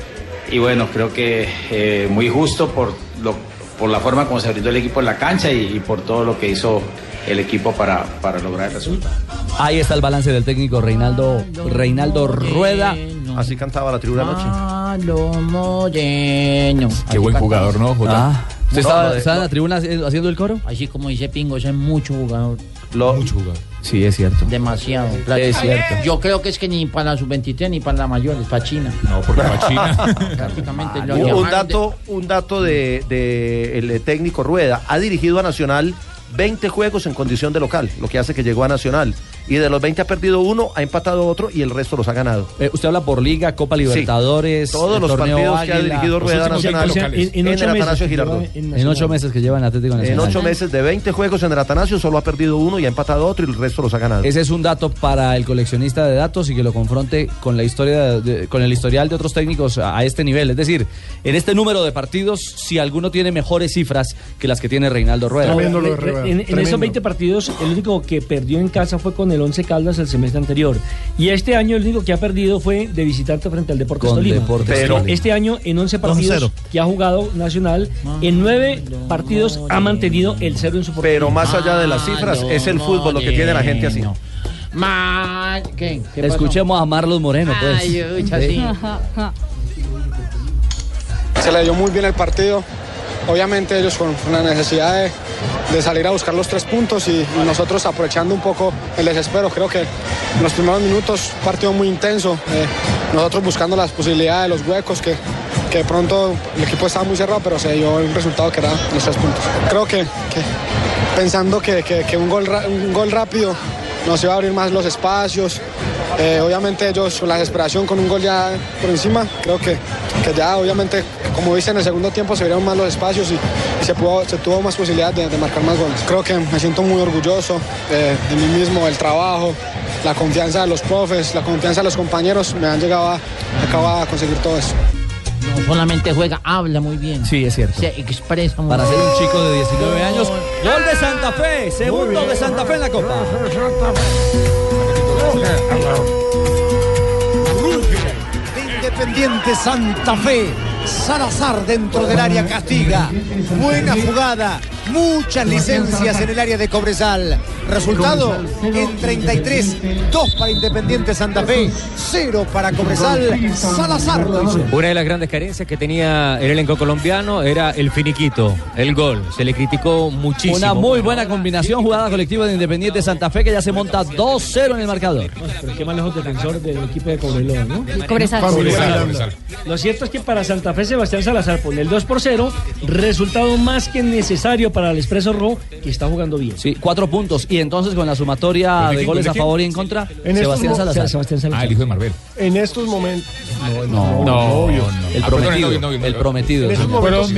Speaker 28: Y bueno, creo que eh, muy justo por, lo, por la forma como se brindó el equipo en la cancha y, y por todo lo que hizo el equipo para, para lograr el resultado.
Speaker 3: Ahí está el balance del técnico Reinaldo, Reinaldo Rueda. Ah.
Speaker 23: Así cantaba la tribuna anoche.
Speaker 7: Palomo lleno.
Speaker 3: Qué buen jugador, ¿no, Jota? Ah, ¿usted estaba- estaba en la
Speaker 7: tribuna haciendo el coro? Así como dice Pingo, ese es mucho jugador.
Speaker 23: Mucho
Speaker 3: jugador. Sí, es cierto.
Speaker 7: Demasiado.
Speaker 3: Es cierto.
Speaker 7: Yo creo que es que ni para la sub-23 ni para la mayor, es para China. No,
Speaker 23: porque
Speaker 7: para
Speaker 23: China.
Speaker 7: Prácticamente lo
Speaker 23: Un, Ah, un
Speaker 7: llamaron
Speaker 23: dato, un dato de, de el eh, técnico Rueda. Ha dirigido a Nacional 20 juegos en condición de local, lo que hace que llegó a Nacional. y de los 20 ha perdido uno, ha empatado otro y el resto los ha ganado.
Speaker 3: usted habla por Liga, Eh, Copa Libertadores,
Speaker 23: todos
Speaker 3: el
Speaker 23: los
Speaker 3: torneo
Speaker 23: partidos que ha
Speaker 3: Águila.
Speaker 23: dirigido
Speaker 3: Los
Speaker 23: Rueda
Speaker 3: últimos
Speaker 23: Nacional
Speaker 3: cinco, o sea, en-
Speaker 23: en,
Speaker 3: en ocho
Speaker 23: el
Speaker 3: meses
Speaker 23: Atanasio
Speaker 3: que lleva
Speaker 23: Girardot.
Speaker 3: en Nacional. En ocho meses que lleva en Atlético
Speaker 23: En
Speaker 3: Nacional.
Speaker 23: ocho meses de 20 juegos en el Atanasio solo ha perdido uno y ha empatado otro y el resto los ha ganado.
Speaker 3: Ese es un dato para el coleccionista de datos y que lo confronte con la historia, de- con el historial de otros técnicos a, a este nivel. Es decir, en este número de partidos, si alguno tiene mejores cifras que las que tiene Reinaldo Rueda.
Speaker 9: En- En, esos 20 partidos, el único que perdió en casa fue con el 11 Caldas el semestre anterior. Y este año, el único que ha perdido fue de visitante frente al Deportes
Speaker 3: Con
Speaker 9: Tolima.
Speaker 3: Deportes
Speaker 9: Pero
Speaker 3: Tolima.
Speaker 9: este año, en 11 partidos
Speaker 23: 2-0.
Speaker 9: que ha jugado Nacional,
Speaker 18: Ah,
Speaker 9: en 9 partidos ha mantenido el cero en su portería.
Speaker 23: Pero más allá
Speaker 18: Ah,
Speaker 23: de
Speaker 3: Ah,
Speaker 23: las cifras, es el fútbol lo que tiene la gente así.
Speaker 7: Ma- ¿Qué? ¿Qué pasó?
Speaker 3: Escuchemos a Marlos Moreno, pues.
Speaker 7: Ay, ucha,
Speaker 3: Sí.
Speaker 7: sí.
Speaker 22: Se le dio muy bien el partido. Obviamente ellos con la necesidad de, de salir a buscar los tres puntos y, y nosotros aprovechando un poco el desespero. Creo que en los primeros minutos partido muy intenso. eh, nosotros buscando las posibilidades, los huecos que, que de pronto el equipo estaba muy cerrado, pero se dio el resultado que era los tres puntos. Creo que, que pensando que, que- que un, gol, ra- un gol rápido nos iba a abrir más los espacios. Eh, obviamente ellos con la desesperación con un gol ya por encima, creo que, que ya obviamente, como dice, en el segundo tiempo se abrieron más los espacios y, y se, pudo- se tuvo más posibilidad de, de marcar más goles. Creo que me siento muy orgulloso eh, de mí mismo, del trabajo, la confianza de los profes, la confianza de los compañeros, me han llegado a, acabo a conseguir todo eso.
Speaker 7: No solamente juega, habla muy bien.
Speaker 3: Sí, es cierto.
Speaker 7: Se expresa muy
Speaker 3: Para ser
Speaker 7: bien.
Speaker 3: un chico de 19 años. Gol de Santa Fe, segundo de Santa Fe en la Copa.
Speaker 15: Independiente Santa Fe. Salazar dentro del área castiga. Buena jugada. Muchas licencias en el área de Cobresal. Resultado en 33. 2 para Independiente Santa Fe. 0 para Cobresal. Salazar lo hizo.
Speaker 18: Una de las grandes carencias que tenía el elenco colombiano era el finiquito, el gol. Se le criticó muchísimo.
Speaker 3: Una muy buena combinación, jugada colectiva de Independiente Santa Fe que ya se monta 2-0 en el marcador.
Speaker 9: Pero qué malos defensores del equipo de Cobreloa, ¿no?
Speaker 13: Cobresal.
Speaker 9: Cobresal. Lo cierto es que para Santa Fe, Sebastián Salazar pone el 2 por 0, resultado más que necesario para el Expreso Rojo, que está jugando bien.
Speaker 3: Sí, cuatro puntos. Y entonces con la sumatoria
Speaker 9: ¿Con de
Speaker 3: de
Speaker 9: quién,
Speaker 3: goles
Speaker 9: con
Speaker 3: a
Speaker 9: de quién?
Speaker 3: favor y en contra,
Speaker 5: En este estos
Speaker 3: Sebastián
Speaker 5: mo-
Speaker 3: Salazar.
Speaker 9: Sebastián Salazar.
Speaker 3: Ah, el hijo de Marbel.
Speaker 5: En estos momentos.
Speaker 3: No,
Speaker 5: no, no.
Speaker 3: El
Speaker 5: Ah, perdón, el
Speaker 3: prometido.
Speaker 5: novio, novio,
Speaker 3: El
Speaker 5: novio.
Speaker 3: prometido.
Speaker 5: En estos momentos,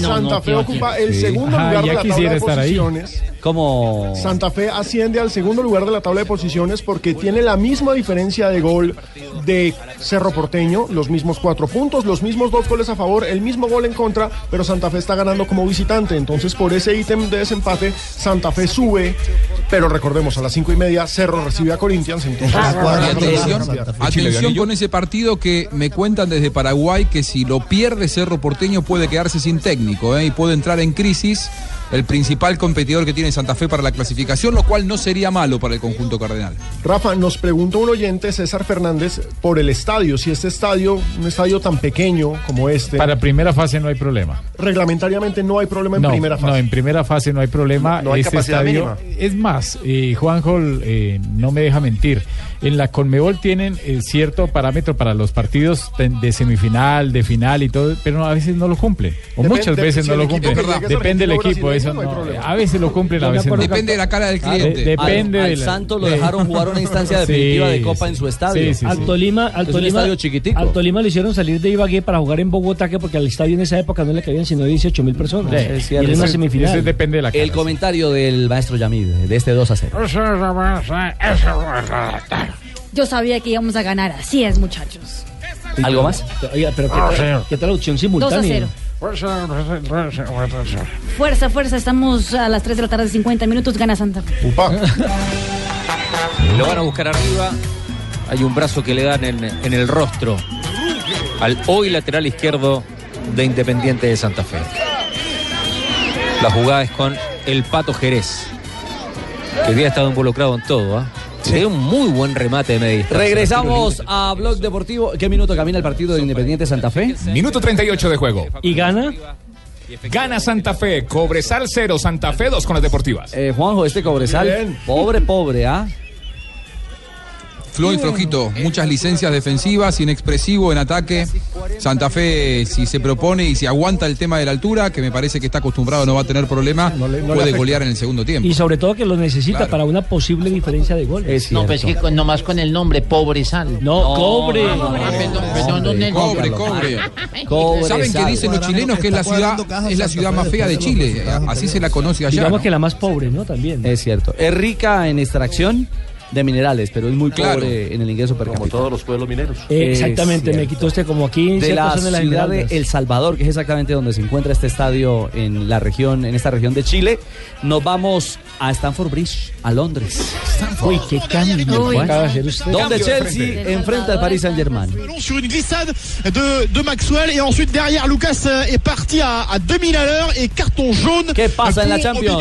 Speaker 5: Santa Fe ocupa el segundo lugar de la tabla de posiciones.
Speaker 3: Como
Speaker 5: Santa Fe asciende al segundo lugar de la tabla de posiciones porque tiene la misma diferencia de gol de Cerro Porteño, los mismos cuatro puntos, los mismos dos goles a favor, el mismo gol en contra, pero Santa Fe está ganando como visitante. Entonces, por ese ítem de desempate, Santa Fe sube, pero recordemos, a las cinco y media Cerro recibe a Corinthians. Entonces,
Speaker 12: Y Ah, atención, atención con ese partido que me cuentan desde Paraguay que si lo pierde Cerro Porteño puede quedarse sin técnico ¿eh? y puede entrar en crisis el principal competidor que tiene Santa Fe para la clasificación, lo cual no sería malo para el conjunto cardenal.
Speaker 5: Rafa, nos pregunta un oyente, César Fernández, por el estadio. Si este estadio, un estadio tan pequeño como este,
Speaker 10: Para primera fase no hay problema.
Speaker 5: reglamentariamente no hay problema en
Speaker 10: no,
Speaker 5: primera fase.
Speaker 10: No, en primera fase no hay problema.
Speaker 5: No hay
Speaker 10: Este
Speaker 5: capacidad
Speaker 10: estadio- Es más, eh, Juanjo eh, no me deja mentir. En la Conmebol tienen eh, cierto parámetro para los partidos de- de semifinal, de final y todo, pero no, a veces no lo cumplen. O
Speaker 12: Depende-
Speaker 10: muchas veces
Speaker 12: si
Speaker 10: no
Speaker 12: el
Speaker 10: lo
Speaker 12: equipo
Speaker 10: cumplen.
Speaker 12: que llegue es
Speaker 10: Depende del
Speaker 12: argentino o
Speaker 10: equipo, eso
Speaker 12: brasileño, no
Speaker 10: no.
Speaker 12: hay problema.
Speaker 10: A veces lo cumplen, a
Speaker 12: Yo me
Speaker 10: veces no.
Speaker 12: acuerdo que- Depende de la cara del
Speaker 10: Claro,
Speaker 12: cliente.
Speaker 10: de- depende
Speaker 3: al,
Speaker 10: de
Speaker 3: al
Speaker 10: la-
Speaker 3: Santos lo
Speaker 10: de-
Speaker 3: dejaron jugar una instancia definitiva de
Speaker 10: Sí,
Speaker 3: Copa
Speaker 10: sí.
Speaker 3: en su estadio.
Speaker 10: Sí, sí,
Speaker 9: al
Speaker 10: sí.
Speaker 9: Tolima, al
Speaker 3: Es un
Speaker 9: Tolima,
Speaker 3: estadio chiquitico.
Speaker 9: al Tolima lo hicieron salir de Ibagué para jugar en Bogotá, que porque al estadio en esa época no le cabían sino 18 mil personas. y era una semifinal.
Speaker 3: El comentario del maestro Yamid de este 2 a 0.
Speaker 13: Yo sabía que íbamos a ganar, así es, muchachos.
Speaker 3: ¿Algo más?
Speaker 9: Oiga, pero ¿qué, tal- qué traducción
Speaker 13: 2 a
Speaker 9: simultánea?
Speaker 13: 0. Fuerza, fuerza, estamos a las 3 de la tarde, 50 minutos, gana Santa Fe.
Speaker 18: Lo van a buscar arriba. Hay un brazo que le dan en, en el rostro al hoy lateral izquierdo de Independiente de Santa Fe. La jugada es con el Pato Jerez, que había estado involucrado en todo. ¿ah? Se dio un muy buen remate de media distancia.
Speaker 3: Regresamos a Blog Deportivo. ¿Qué minuto camina el partido de Independiente Santa Fe?
Speaker 6: Minuto 38 de juego.
Speaker 9: ¿Y gana?
Speaker 6: Gana Santa Fe, Cobresal 0, Santa Fe 2 con las deportivas.
Speaker 3: Eh, Juanjo, este Cobresal,
Speaker 6: Bien.
Speaker 3: pobre, pobre, ¿ah?
Speaker 12: Floyd Flojito, muchas licencias defensivas, inexpresivo en ataque. Santa Fe, si se propone y si aguanta el tema de la altura, que me parece que está acostumbrado, no va a tener problema,
Speaker 9: le
Speaker 12: puede
Speaker 9: afecta.
Speaker 12: golear en el segundo tiempo.
Speaker 9: Y sobre todo que lo necesita
Speaker 12: Claro.
Speaker 9: para una posible diferencia de gol.
Speaker 7: No, pues que con- nomás con el nombre, pobre sal.
Speaker 9: No, cobre.
Speaker 7: ah, perdón, perdón, don Nelson.
Speaker 12: Cobre, cobre. ¿Saben qué dicen los chilenos? Que es la ciudad, es la ciudad más fea de Chile. Así se la conoce allá.
Speaker 3: Digamos
Speaker 12: ¿no?
Speaker 9: que la más pobre, ¿no? También.
Speaker 3: Es cierto. Es rica en extracción de minerales, pero es muy
Speaker 9: Claro.
Speaker 3: pobre en el ingreso per cápita. Como
Speaker 23: todos los pueblos mineros.
Speaker 9: Eh, exactamente, me quitó este como aquí.
Speaker 3: de
Speaker 9: ciertas
Speaker 3: la
Speaker 9: zonas las
Speaker 3: ciudad de
Speaker 9: Esmeraldas.
Speaker 3: El Salvador, que es exactamente donde se encuentra este estadio en la región, en esta región de Chile. Nos vamos a Stamford Bridge, a Londres.
Speaker 27: Uy, qué cambio. Uy.
Speaker 9: acaba de hacer usted.
Speaker 3: Donde
Speaker 27: Cambio de
Speaker 3: Chelsea
Speaker 27: frente.
Speaker 3: enfrenta al Paris Saint Germain.
Speaker 27: Ballon sur une glissade de, de Maxwell et ensuite derrière Lucas euh, est parti à, à 2000 à l'heure et carton jaune. Euh, Qu'est-ce
Speaker 3: passe à la Champions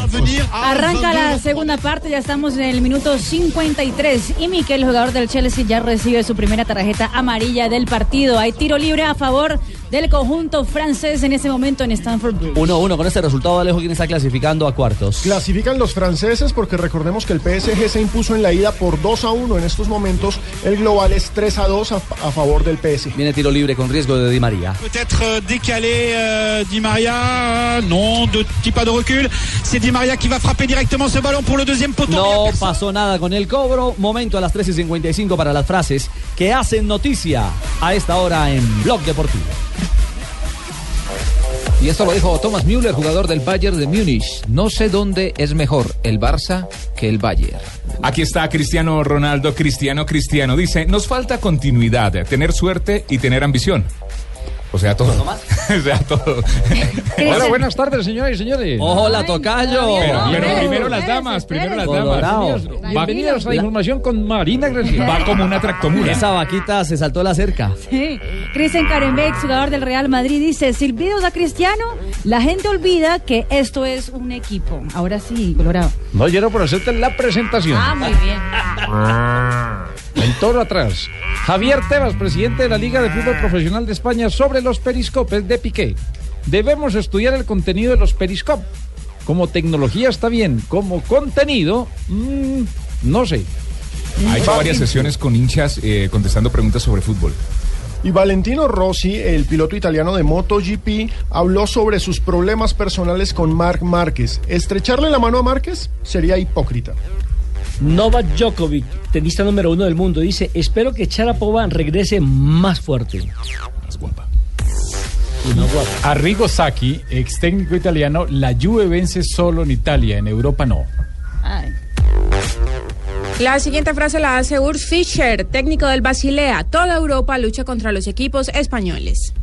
Speaker 27: à venir à
Speaker 13: Arranca
Speaker 27: 22.
Speaker 13: la segunda parte, ya estamos en el minuto 53 y Miquel, jugador del Chelsea, ya recibe su primera tarjeta amarilla del partido. Hay tiro libre a favor del conjunto francés en ese momento en Stanford Bridge.
Speaker 3: 1-1 con este resultado, Alejo, quien está clasificando a cuartos.
Speaker 5: Clasifican los franceses porque recordemos que el PSG se impuso en la ida por 2 a 1 en estos momentos. El global es 3 a 2 a, a favor del PSG.
Speaker 3: Viene tiro libre con riesgo de Di María.
Speaker 4: Peut-être euh, décalé euh, Di Maria. Euh, Non, deux petits pas de recul. C'est Di Maria qui va frapper directement ce ballon pour le deuxième poteau.
Speaker 3: No pasó nada con el cobro. Momento a las 13 y 55 para las frases que hacen noticia a esta hora en Blog Deportivo.
Speaker 17: Y esto lo dijo Thomas Müller, jugador del Bayern de Múnich. No sé dónde es mejor, el Barça que el Bayern.
Speaker 6: Aquí está Cristiano Ronaldo, Cristiano Cristiano. Dice, nos falta continuidad, tener suerte y tener ambición. O sea, todo. o sea, todo.
Speaker 20: Hola, buenas tardes, señoras y señores.
Speaker 3: Hola, tocayo.
Speaker 20: Pero, pero primero las damas, primero las
Speaker 3: Colorado.
Speaker 20: damas. Bienvenidos a la información con Marina Graciela.
Speaker 3: Va como una tractomula. Esa vaquita se saltó la cerca.
Speaker 13: Sí. Cristian Karenbeck, jugador del Real Madrid, dice, silbidos a Cristiano, la gente olvida que esto es un equipo. Ahora sí, Colorado.
Speaker 20: No quiero por hacerte la presentación.
Speaker 13: Ah, muy bien.
Speaker 20: En toro atrás. Javier Tebas, presidente de la Liga de Fútbol Profesional de España, sobre los periscopes de Piqué. Debemos estudiar el contenido de los periscopes. Como tecnología está bien, como contenido, mm, no sé.
Speaker 6: Ha hecho varias sesiones con hinchas eh, contestando preguntas sobre fútbol.
Speaker 5: Y Valentino Rossi, el piloto italiano de MotoGP, habló sobre sus problemas personales con Marc Márquez. Estrecharle la mano a Márquez sería hipócrita.
Speaker 9: Novak Djokovic, tenista número uno del mundo, dice: Espero que Charapova regrese más fuerte.
Speaker 10: Arrigo Sacchi, ex técnico italiano, la Juve vence solo en Italia, en Europa no.
Speaker 26: La siguiente frase la hace Urs Fischer, técnico del Basilea. Toda Europa lucha contra los equipos españoles.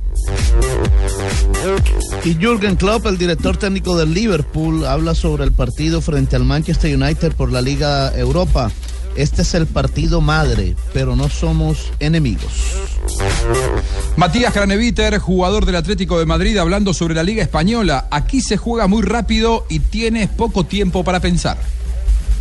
Speaker 11: Y Jürgen Klopp, el director técnico del Liverpool, habla sobre el partido frente al Manchester United por la Liga Europa. Este es el partido madre, pero no somos enemigos.
Speaker 12: Matías Craneviter, jugador del Atlético de Madrid, hablando sobre la Liga Española. Aquí se juega muy rápido y tienes poco tiempo para pensar.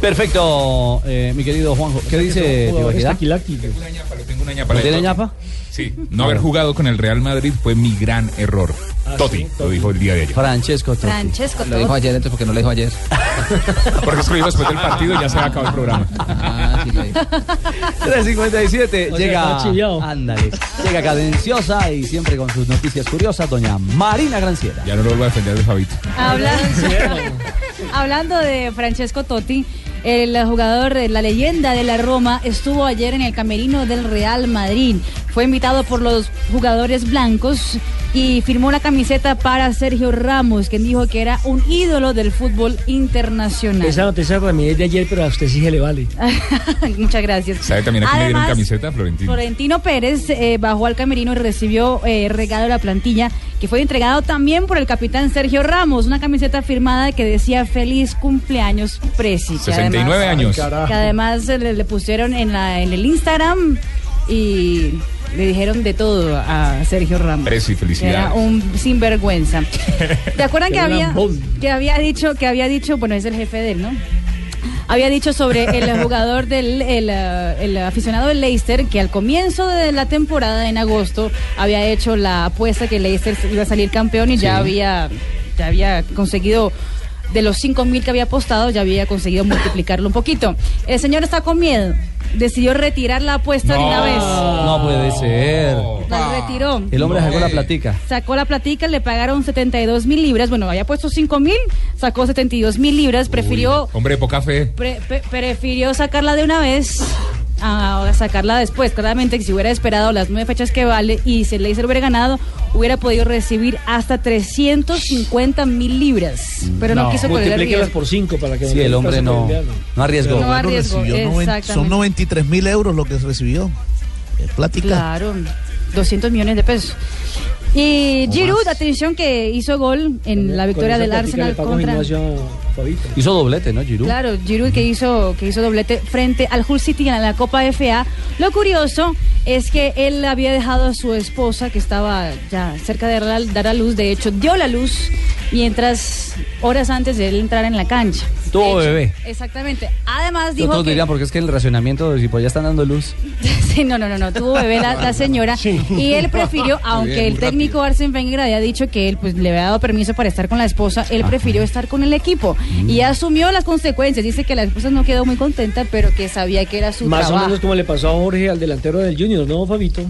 Speaker 3: Perfecto, eh, mi querido Juanjo. ¿Qué dice Tibaquirá?
Speaker 6: Tengo una ñapa.
Speaker 3: ¿No
Speaker 6: de
Speaker 3: tiene
Speaker 6: Totti.
Speaker 3: ñapa?
Speaker 6: Sí, no haber jugado con el Real Madrid fue mi gran error.
Speaker 17: Ah,
Speaker 6: Totti, lo dijo el día de ayer.
Speaker 3: Francesco Totti.
Speaker 13: Francesco
Speaker 17: Lo dijo ayer, entonces, porque no lo dijo ayer.
Speaker 6: Porque escribió después del partido y ya se acabó el programa.
Speaker 3: 357
Speaker 17: O sea,
Speaker 3: llega.
Speaker 17: está chillado.
Speaker 3: Ándale. Llega cadenciosa y siempre con sus noticias curiosas, doña Marina Granciera.
Speaker 6: Ya no lo vuelvo a defender de Fabito.
Speaker 13: Habla- Hablando de Francesco Totti, el jugador, eh, la leyenda de la Roma, estuvo ayer en el camerino del Real Madrid. Fue invitado por los jugadores blancos y firmó una camiseta para Sergio Ramos, quien dijo que era un ídolo del fútbol internacional.
Speaker 9: Esa noticia también es de ayer, pero a usted sí se le vale.
Speaker 13: Muchas gracias.
Speaker 6: ¿Sabe también a quién le dieron
Speaker 13: Además,
Speaker 6: camiseta, Florentino?
Speaker 13: Florentino Pérez eh, bajó al camerino y recibió eh, regalo de la plantilla, que fue entregado también por el capitán Sergio Ramos, una camiseta firmada que decía feliz cumpleaños Presi. que
Speaker 6: 69
Speaker 13: además-
Speaker 6: años.
Speaker 13: Que además eh, le, le pusieron en, la, en el Instagram y le dijeron de todo a Sergio Ramos.
Speaker 6: Presi,
Speaker 13: Era
Speaker 6: felicidades.
Speaker 13: un sinvergüenza. ¿Te acuerdan que
Speaker 6: Era
Speaker 13: había,
Speaker 6: lambón.
Speaker 13: que había dicho, que había dicho, bueno, es el jefe de él, ¿no? Había dicho sobre el jugador del el, eh, el aficionado del Leicester que al comienzo de la temporada en agosto había hecho la apuesta que Leicester iba a salir campeón y ya había ya había conseguido de los 5 mil que había apostado, ya había conseguido multiplicarlo un poquito. El señor está con miedo. Decidió retirar la apuesta de una vez.
Speaker 3: No puede ser.
Speaker 13: La retiró.
Speaker 3: El hombre sacó la platica.
Speaker 13: Sacó la platica, le pagaron 72 mil libras. Bueno, había puesto 5 mil, sacó 72 mil libras. Prefirió,
Speaker 6: Hombre, poca fe.
Speaker 13: pre- pre- prefirió sacarla de una vez a sacarla después. Claramente, que si hubiera esperado las nueve fechas que vale y se le hizo hubiera ganado, hubiera podido recibir hasta 350 mil libras. Pero no,
Speaker 9: No,
Speaker 13: quiso correr el
Speaker 9: multiplíquelas
Speaker 13: riesgo.
Speaker 9: por 5 para que
Speaker 3: Sí, el hombre no, no arriesgó.
Speaker 13: No arriesgó,
Speaker 11: Recibió noven- son
Speaker 13: exactamente.
Speaker 11: 93 mil euros lo que recibió. Es plática.
Speaker 13: Claro, 200 millones de pesos. Y Giroud, atención que hizo gol en la victoria del Arsenal contra...
Speaker 3: Hizo doblete, ¿no, Giroud?
Speaker 13: Claro, Giroud que hizo, que hizo doblete frente al Hull City en la Copa FA. Lo curioso es que él había dejado a su esposa, que estaba ya cerca de dar- dar a luz, de hecho dio la luz, mientras horas antes de él entrar en la cancha.
Speaker 3: Tuvo bebé.
Speaker 13: Exactamente. Además
Speaker 3: Yo
Speaker 13: dijo
Speaker 3: todos
Speaker 13: que...
Speaker 3: dirían, porque es que el racionamiento de ya están dando luz.
Speaker 13: Sí, no, no, no, no, tuvo bebé la, la señora y él prefirió,
Speaker 3: Muy
Speaker 13: aunque
Speaker 3: bien,
Speaker 13: el
Speaker 3: muy
Speaker 13: técnico Arsène Wenger había dicho que él pues le había dado permiso para estar con la esposa, él prefirió estar con el equipo y asumió las consecuencias. Dice que la esposa no quedó muy contenta, pero que sabía que era su
Speaker 9: Más o
Speaker 13: trabajo.
Speaker 9: menos como le pasó a Jorge al delantero del Junior, ¿no, Fabito?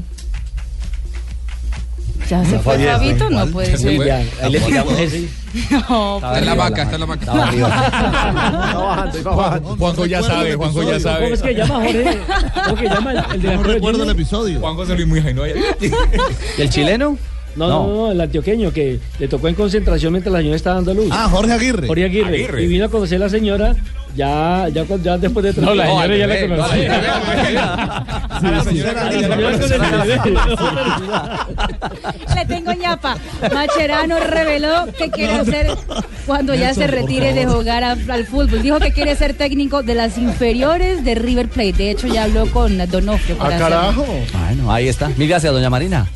Speaker 13: Ya
Speaker 9: se
Speaker 13: fue Fabito, no puede ser.
Speaker 9: Ahí le tiramos ese.
Speaker 13: No,
Speaker 12: Está en la vaca, está en la vaca.
Speaker 6: Juanjo ya sabe, Juanjo ya sabe.
Speaker 9: ¿Cómo es que llama Jorge? ¿Cómo que llama el, el delantero del Junior?
Speaker 11: episodio.
Speaker 6: Juanjo se lo muy jaino ahí.
Speaker 9: ¿El chileno? No, no, no, el antioqueño que le tocó en concentración mientras la señora estaba dando luz.
Speaker 11: Ah, Jorge Aguirre.
Speaker 9: Jorge Aguirre.
Speaker 11: Aguirre.
Speaker 9: Y vino a conocer a la señora ya, ya, cu- ya después de...
Speaker 20: No, la
Speaker 9: No,
Speaker 20: señora
Speaker 9: al
Speaker 20: ya la
Speaker 9: bebé, no,
Speaker 20: conocí.
Speaker 13: Le tengo ñapa. Macherano reveló que quiere ser cuando ya se
Speaker 25: Nelson, por
Speaker 13: retire de
Speaker 25: favor.
Speaker 13: jugar a- al fútbol. Dijo que quiere ser técnico de las inferiores de River Plate. De hecho, ya habló con Donofrio. para hacerlo.
Speaker 3: Bueno, ahí está. Mil gracias, doña Marina.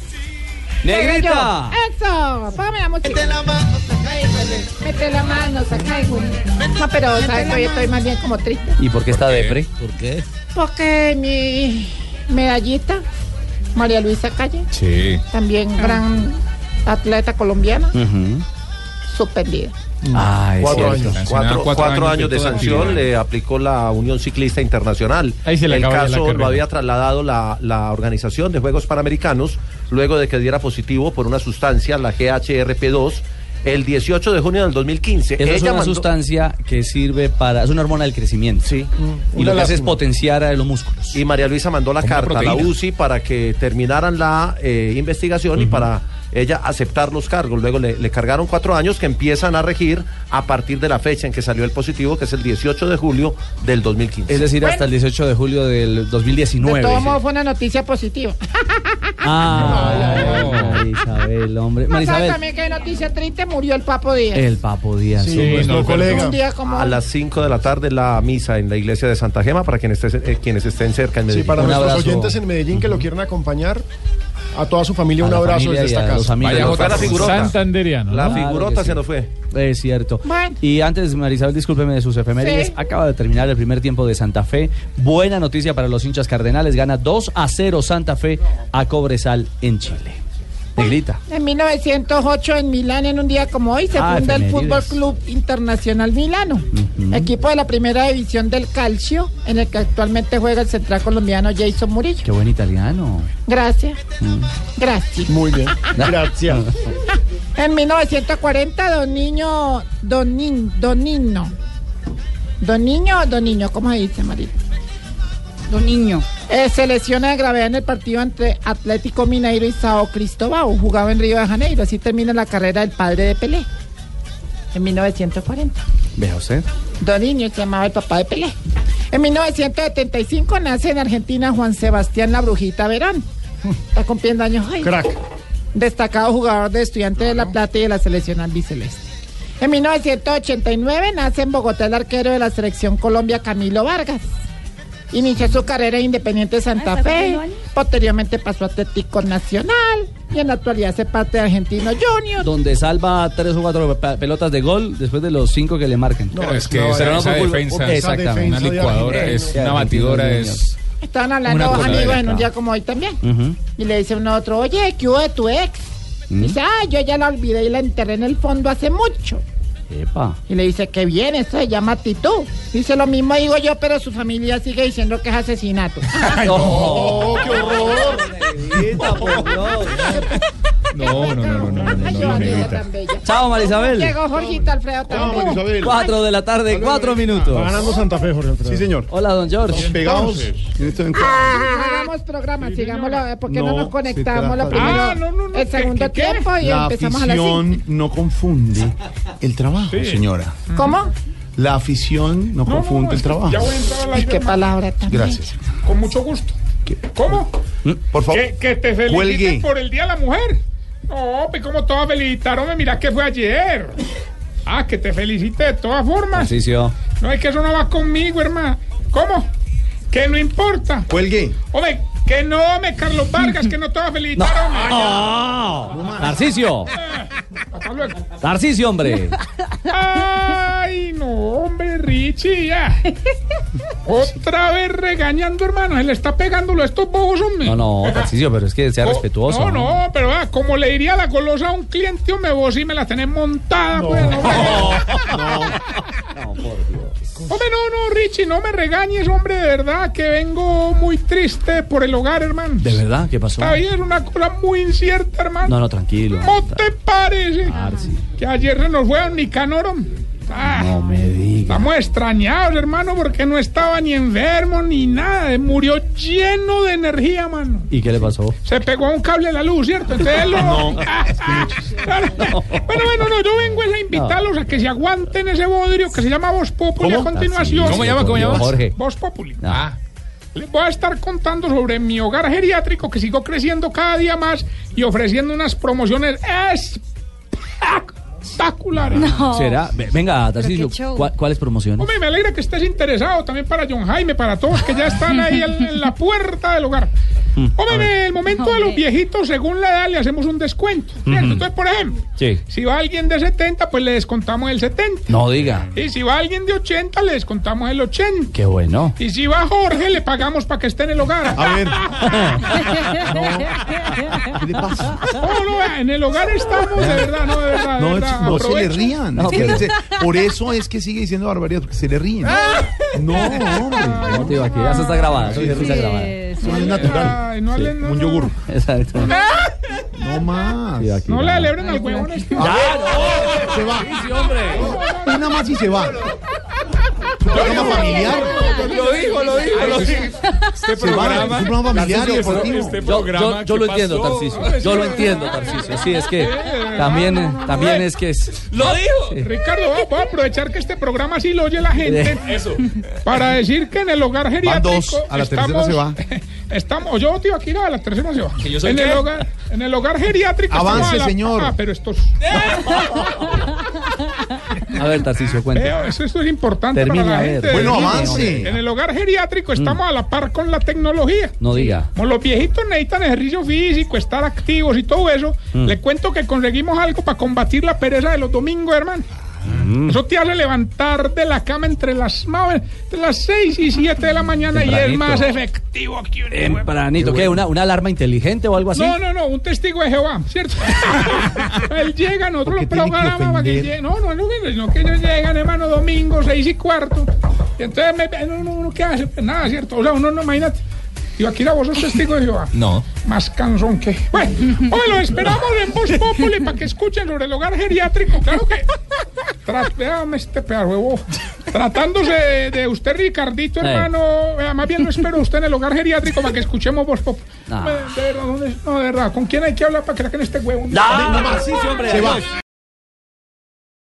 Speaker 3: ¡Negrita!
Speaker 25: ¡Eso! Págame la música. Mete la mano, saca y Mete la mano, saca y No, pero sabes que hoy estoy más bien como triste.
Speaker 3: ¿Y por qué está depre?
Speaker 11: ¿Por qué?
Speaker 25: Porque mi medallita, María Luisa Calle,
Speaker 6: Sí.
Speaker 3: Ah.
Speaker 25: también gran atleta colombiana,
Speaker 3: Mm.
Speaker 25: suspendida.
Speaker 20: Mm.
Speaker 3: Ah,
Speaker 11: es
Speaker 23: cuatro
Speaker 11: cierto.
Speaker 23: años,
Speaker 11: Sancionada,
Speaker 23: cuatro,
Speaker 11: cuatro
Speaker 23: cuatro
Speaker 11: años
Speaker 23: años
Speaker 11: de
Speaker 23: de
Speaker 11: toda
Speaker 23: sanción
Speaker 11: actividad.
Speaker 23: le aplicó la Unión Ciclista Internacional.
Speaker 20: Ahí se le
Speaker 23: el
Speaker 20: acaba ya la
Speaker 23: caso lo
Speaker 20: carrera.
Speaker 23: había trasladado la, la Organización de Juegos Panamericanos luego de que diera positivo por una sustancia, la GHRP2, el 18 de junio del 2015.
Speaker 3: Esa es una
Speaker 23: mandó-
Speaker 3: sustancia que sirve para. Es una hormona del crecimiento.
Speaker 23: Sí.
Speaker 3: Y
Speaker 23: Una
Speaker 3: lo que hace es
Speaker 23: lástima.
Speaker 3: potenciar a los músculos.
Speaker 23: Y María Luisa mandó la
Speaker 3: Como una
Speaker 23: carta a la
Speaker 3: proteína.
Speaker 23: UCI para que terminaran la eh, investigación y para ella aceptar los cargos. Luego le, le cargaron cuatro años que empiezan a regir a partir de la fecha en que salió el positivo, que es el 18 de julio del 2015.
Speaker 3: Es decir, hasta el 18 de julio del
Speaker 25: De
Speaker 3: 2019.
Speaker 25: todo modo, fue una noticia positiva.
Speaker 3: Ah, Marisabel, hombre.
Speaker 25: No sabes
Speaker 3: Eh, Marisabel.
Speaker 25: también que hay noticia triste, murió el Papo Díaz.
Speaker 3: El Papo Díaz.
Speaker 25: Sí, nuestro colega. Un día como
Speaker 23: A
Speaker 25: hoy.
Speaker 23: las 5 de la tarde la misa en la iglesia de Santa Gema para quienes, estés- eh, quienes estén cerca en
Speaker 5: Sí,
Speaker 23: Medellín.
Speaker 5: para nuestros oyentes en Medellín que lo quieran acompañar, a toda su familia
Speaker 23: A
Speaker 5: un
Speaker 23: la
Speaker 5: abrazo
Speaker 23: familia
Speaker 5: desde
Speaker 23: y a
Speaker 5: esta casa.
Speaker 23: los amigos. Vaya, Jota, la figurota.
Speaker 20: Santanderiano.
Speaker 23: La
Speaker 3: Claro
Speaker 23: figurota
Speaker 3: que
Speaker 23: se
Speaker 3: sí.
Speaker 23: nos fue.
Speaker 3: Es cierto.
Speaker 25: Bueno.
Speaker 3: Y antes, Marisabel, discúlpeme de sus efemérides.
Speaker 25: Sí.
Speaker 3: Acaba de terminar el primer tiempo de Santa Fe. Buena noticia para los hinchas cardenales. Gana 2 a 0 Santa Fe a Cobresal en Chile. Negrita.
Speaker 25: En 1908 en Milán, en un día como hoy, se
Speaker 3: Ah,
Speaker 25: funda el Fútbol
Speaker 3: efemérides.
Speaker 25: Club Internacional Milano,
Speaker 3: Ujú.
Speaker 25: equipo de la primera división del calcio, en el que actualmente juega el central colombiano Jason Murillo.
Speaker 3: Qué buen italiano.
Speaker 25: Gracias,
Speaker 3: Mm.
Speaker 25: gracias.
Speaker 5: Muy bien. Gracias.
Speaker 25: En 1940, Don Niño, Don Nin, Don Niño. Don Niño o Don Niño, ¿cómo se dice, Marita?
Speaker 13: Don Niño.
Speaker 25: se lesiona de gravedad en el partido entre Atlético Mineiro y Sao Cristóbal, jugaba en Río de Janeiro. Así termina la carrera del padre de Pelé en 1940.
Speaker 3: Vea usted.
Speaker 25: Don Niño se llamaba el papá de Pelé. En 1975 nace en Argentina Juan Sebastián La Brujita Verón. Está cumpliendo años hoy.
Speaker 5: Crack.
Speaker 25: Destacado jugador de Estudiantes de La Plata y de la selección albiceleste. En 1989 nace en Bogotá el arquero de la selección Colombia Camilo Vargas. Inició su carrera en Independiente Santa Fe, posteriormente pasó a Atlético Nacional y en la actualidad hace parte de Argentino Junior.
Speaker 3: Donde salva tres o cuatro pe- pelotas de gol después de los cinco que le marcan.
Speaker 6: No, Pero es que esa- esa
Speaker 3: por culpa-
Speaker 6: defensa, esa
Speaker 3: Exactamente.
Speaker 6: defensa Una de licuadora Argentina. es- una batidora es-
Speaker 25: Estaban hablando
Speaker 6: Una
Speaker 25: dos
Speaker 6: coladera,
Speaker 25: amigos en un
Speaker 6: claro.
Speaker 25: día como hoy también. Y le dice uno a otro, oye, ¿qué hubo de tu ex?
Speaker 3: Mm.
Speaker 25: Dice, ah, yo ya la olvidé y la enterré en el fondo hace mucho.
Speaker 3: Epa.
Speaker 25: Y le dice, que bien, esto se llama actitud. Dice, lo mismo digo yo, pero su familia sigue diciendo que es asesinato.
Speaker 5: ¡Oh, qué horror!
Speaker 3: No, no, no, no, no, no,
Speaker 25: Negrita.
Speaker 3: Chao, Marisabel.
Speaker 25: Llegó Jorgito Alfredo también.
Speaker 3: Cuatro de la tarde, cuatro minutos.
Speaker 5: Va ganando Santa Fe, Jorge Alfredo.
Speaker 3: Sí, señor. Hola, don George. este
Speaker 5: Pegados.
Speaker 25: Ah. Hagamos programa, sigamos la- porque no,
Speaker 8: No,
Speaker 25: nos conectamos
Speaker 8: se
Speaker 25: la
Speaker 8: trata
Speaker 25: primero,
Speaker 8: de- Ah, no, no, no,
Speaker 25: el segundo
Speaker 8: ¿qué, qué?
Speaker 25: tiempo y
Speaker 8: La
Speaker 25: empezamos a las cinco.
Speaker 8: afición no confunde el trabajo, señora.
Speaker 25: ¿Cómo?
Speaker 8: La afición no confunde el trabajo.
Speaker 25: Ay, qué palabra tan
Speaker 8: Gracias.
Speaker 29: Con mucho gusto. ¿Cómo?
Speaker 8: Por favor.
Speaker 29: Que, que te feliciten
Speaker 8: Cuelgue.
Speaker 29: por el Día de la Mujer. No, pues como todas felicitaron, mira que fue ayer. Ah, que te felicite de todas formas.
Speaker 3: Tarcicio.
Speaker 29: No, es que eso no va conmigo, hermano. ¿Cómo? Que no importa.
Speaker 8: Cuelgue.
Speaker 29: Hombre, que no, me Carlos Vargas, que no todas felicitaron.
Speaker 3: No. Tarcicio.
Speaker 29: Hasta luego.
Speaker 3: Tarcicio, hombre.
Speaker 29: Ay, no, hombre, Richie, ya. Otra vez regañando, hermano. Se le está pegando a estos bobos, hombre.
Speaker 3: No, no, Tarcicio, pero es que sea
Speaker 29: Oh,
Speaker 3: respetuoso.
Speaker 29: No, no, pero ah, como le diría la golosa a un cliente, hombre, vos sí me la tenés montada, pues, no, Hombre, no, no, Richie, no me regañes, hombre, de verdad, que vengo muy triste por el hogar, hermano.
Speaker 3: ¿De verdad? ¿Qué pasó?
Speaker 29: Está bien, es una cosa muy incierta, hermano.
Speaker 3: No, no, tranquilo.
Speaker 29: ¿Cómo te parece? Que ayer se nos fue a Nicanor. hombre. Ah,
Speaker 3: No me digas.
Speaker 29: estamos extrañados, hermano, porque no estaba ni enfermo ni nada. Murió lleno de energía, mano.
Speaker 3: ¿Y qué le pasó?
Speaker 29: Se pegó a un cable de la luz, ¿cierto? Entonces él lo-
Speaker 3: No.
Speaker 29: Ah, ah, Bueno, bueno, no, yo vengo es a invitarlos a que se aguanten ese bodrio que se llama Voz Populi
Speaker 6: ¿Cómo?
Speaker 29: a continuación.
Speaker 6: Ah, sí. ¿Cómo llama, cómo llama? Jorge.
Speaker 29: Voz Populi. Ah. Les voy a estar contando sobre mi hogar geriátrico que sigo creciendo cada día más y ofreciendo unas promociones espectaculares.
Speaker 3: ¿Será? Ve- Venga, Tarcicio,
Speaker 29: qué show.
Speaker 3: ¿cuál- ¿cuáles promociones?
Speaker 29: Hombre, me alegra que estés interesado también para John Jaime, para todos que ya están ahí en, en la puerta del hogar. Hombre, en el momento de los viejitos, según la edad, le hacemos un descuento. ¿cierto?
Speaker 3: Ujú.
Speaker 29: Entonces, por ejemplo,
Speaker 3: Sí.
Speaker 29: si va alguien de 70, pues le descontamos el 70.
Speaker 3: No diga.
Speaker 29: Y si va alguien de 80, le descontamos el 80.
Speaker 3: Qué bueno.
Speaker 29: Y si va Jorge, le pagamos para que esté en el hogar.
Speaker 3: A ver.
Speaker 29: ¿Qué le pasa? No, no, en el hogar estamos, de verdad, no, de verdad. de
Speaker 8: No,
Speaker 29: verdad.
Speaker 8: no se le
Speaker 29: Aprovecho.
Speaker 8: rían. Es que se-
Speaker 11: e-
Speaker 8: por eso es que sigue diciendo barbaridad, porque se le ríen. No, hombre.
Speaker 3: No, tío, aquí ya se está grabada. Eso ya se está grabada.
Speaker 8: No es natural.
Speaker 29: Ay, no, le, no,
Speaker 8: Un yogur.
Speaker 3: Exacto.
Speaker 8: No más.
Speaker 29: no le alebren al huevón este.
Speaker 8: Se va. Una más y se va.
Speaker 29: Programa
Speaker 8: familiar. Lo dijo, lo dijo, lo dijo.
Speaker 29: Este
Speaker 8: Se va, es un programa familiar y
Speaker 3: Tarcisio, este
Speaker 8: deportivo.
Speaker 3: yo- yo, yo lo entiendo, Tarcicio. Yo lo entiendo, Tarcicio. Sí, es que también, eh, también es que es.
Speaker 29: Ah, Ricardo, va- voy a aprovechar que este programa sí lo oye la gente.
Speaker 6: Eso.
Speaker 29: Para decir que en el hogar
Speaker 8: Eh, Van
Speaker 29: geriátrico.
Speaker 8: dos, a la tercera
Speaker 29: estamos-
Speaker 8: se va.
Speaker 29: Estamos, yo, tío, aquí no, a la tercera se va.
Speaker 8: ¿Que yo soy
Speaker 29: en,
Speaker 8: qué?
Speaker 29: el hogar, en el hogar geriátrico. estamos
Speaker 8: Avance,
Speaker 29: a la-
Speaker 8: señor.
Speaker 29: Ah, pero estos.
Speaker 3: A ver, Tarcicio, cuenta.
Speaker 29: Veo, eso, eso es importante
Speaker 3: Termina,
Speaker 29: para
Speaker 3: a
Speaker 29: la
Speaker 3: ver,
Speaker 29: gente.
Speaker 3: bueno,
Speaker 29: Termine,
Speaker 3: avance.
Speaker 29: hombre. En el hogar geriátrico
Speaker 8: Mm.
Speaker 29: estamos a la par con la tecnología.
Speaker 3: No diga.
Speaker 29: Como los viejitos necesitan ejercicio físico, estar activos y todo eso,
Speaker 3: Mm.
Speaker 29: le cuento que conseguimos algo para combatir la pereza de los domingos, hermano.
Speaker 3: Mm.
Speaker 29: Eso te hace levantar de la cama entre las, ma- entre las 6 y 7 de la mañana y es
Speaker 3: Tempranito.
Speaker 29: más efectivo que un hijo de
Speaker 3: Tempranito. ¿Qué? ¿Una, ¿Una alarma inteligente o algo así?
Speaker 29: no, no, no, un testigo de Jehová, ¿cierto? Él llega, nosotros lo
Speaker 3: tiene que
Speaker 29: programamos para que
Speaker 3: ofender?
Speaker 29: llegue. No, no, no, no, no, que ellos llegan, hermano, domingo, seis y cuarto. Y entonces, me, no, no, uno, ¿qué hace? Pues nada, ¿cierto? O sea, uno no, imagínate. Digo, aquí la voz es testigo de Jehová.
Speaker 6: No.
Speaker 29: Más canzón que. Bueno, hoy lo esperamos en Voz Populi para que escuchen sobre el hogar geriátrico. Claro que. Tras, véame este pedazo de bobo. Tratándose de, de usted, Ricardito,
Speaker 3: Eh.
Speaker 29: hermano. vea, Más bien lo espero a usted en el hogar geriátrico para que escuchemos Voz Populi.
Speaker 3: Ah.
Speaker 29: De verdad, ¿dónde- no, de verdad, ¿con quién hay que hablar para que saquen este huevo?
Speaker 3: No, no más, sí, sí, hombre,
Speaker 29: Se va.
Speaker 3: adiós.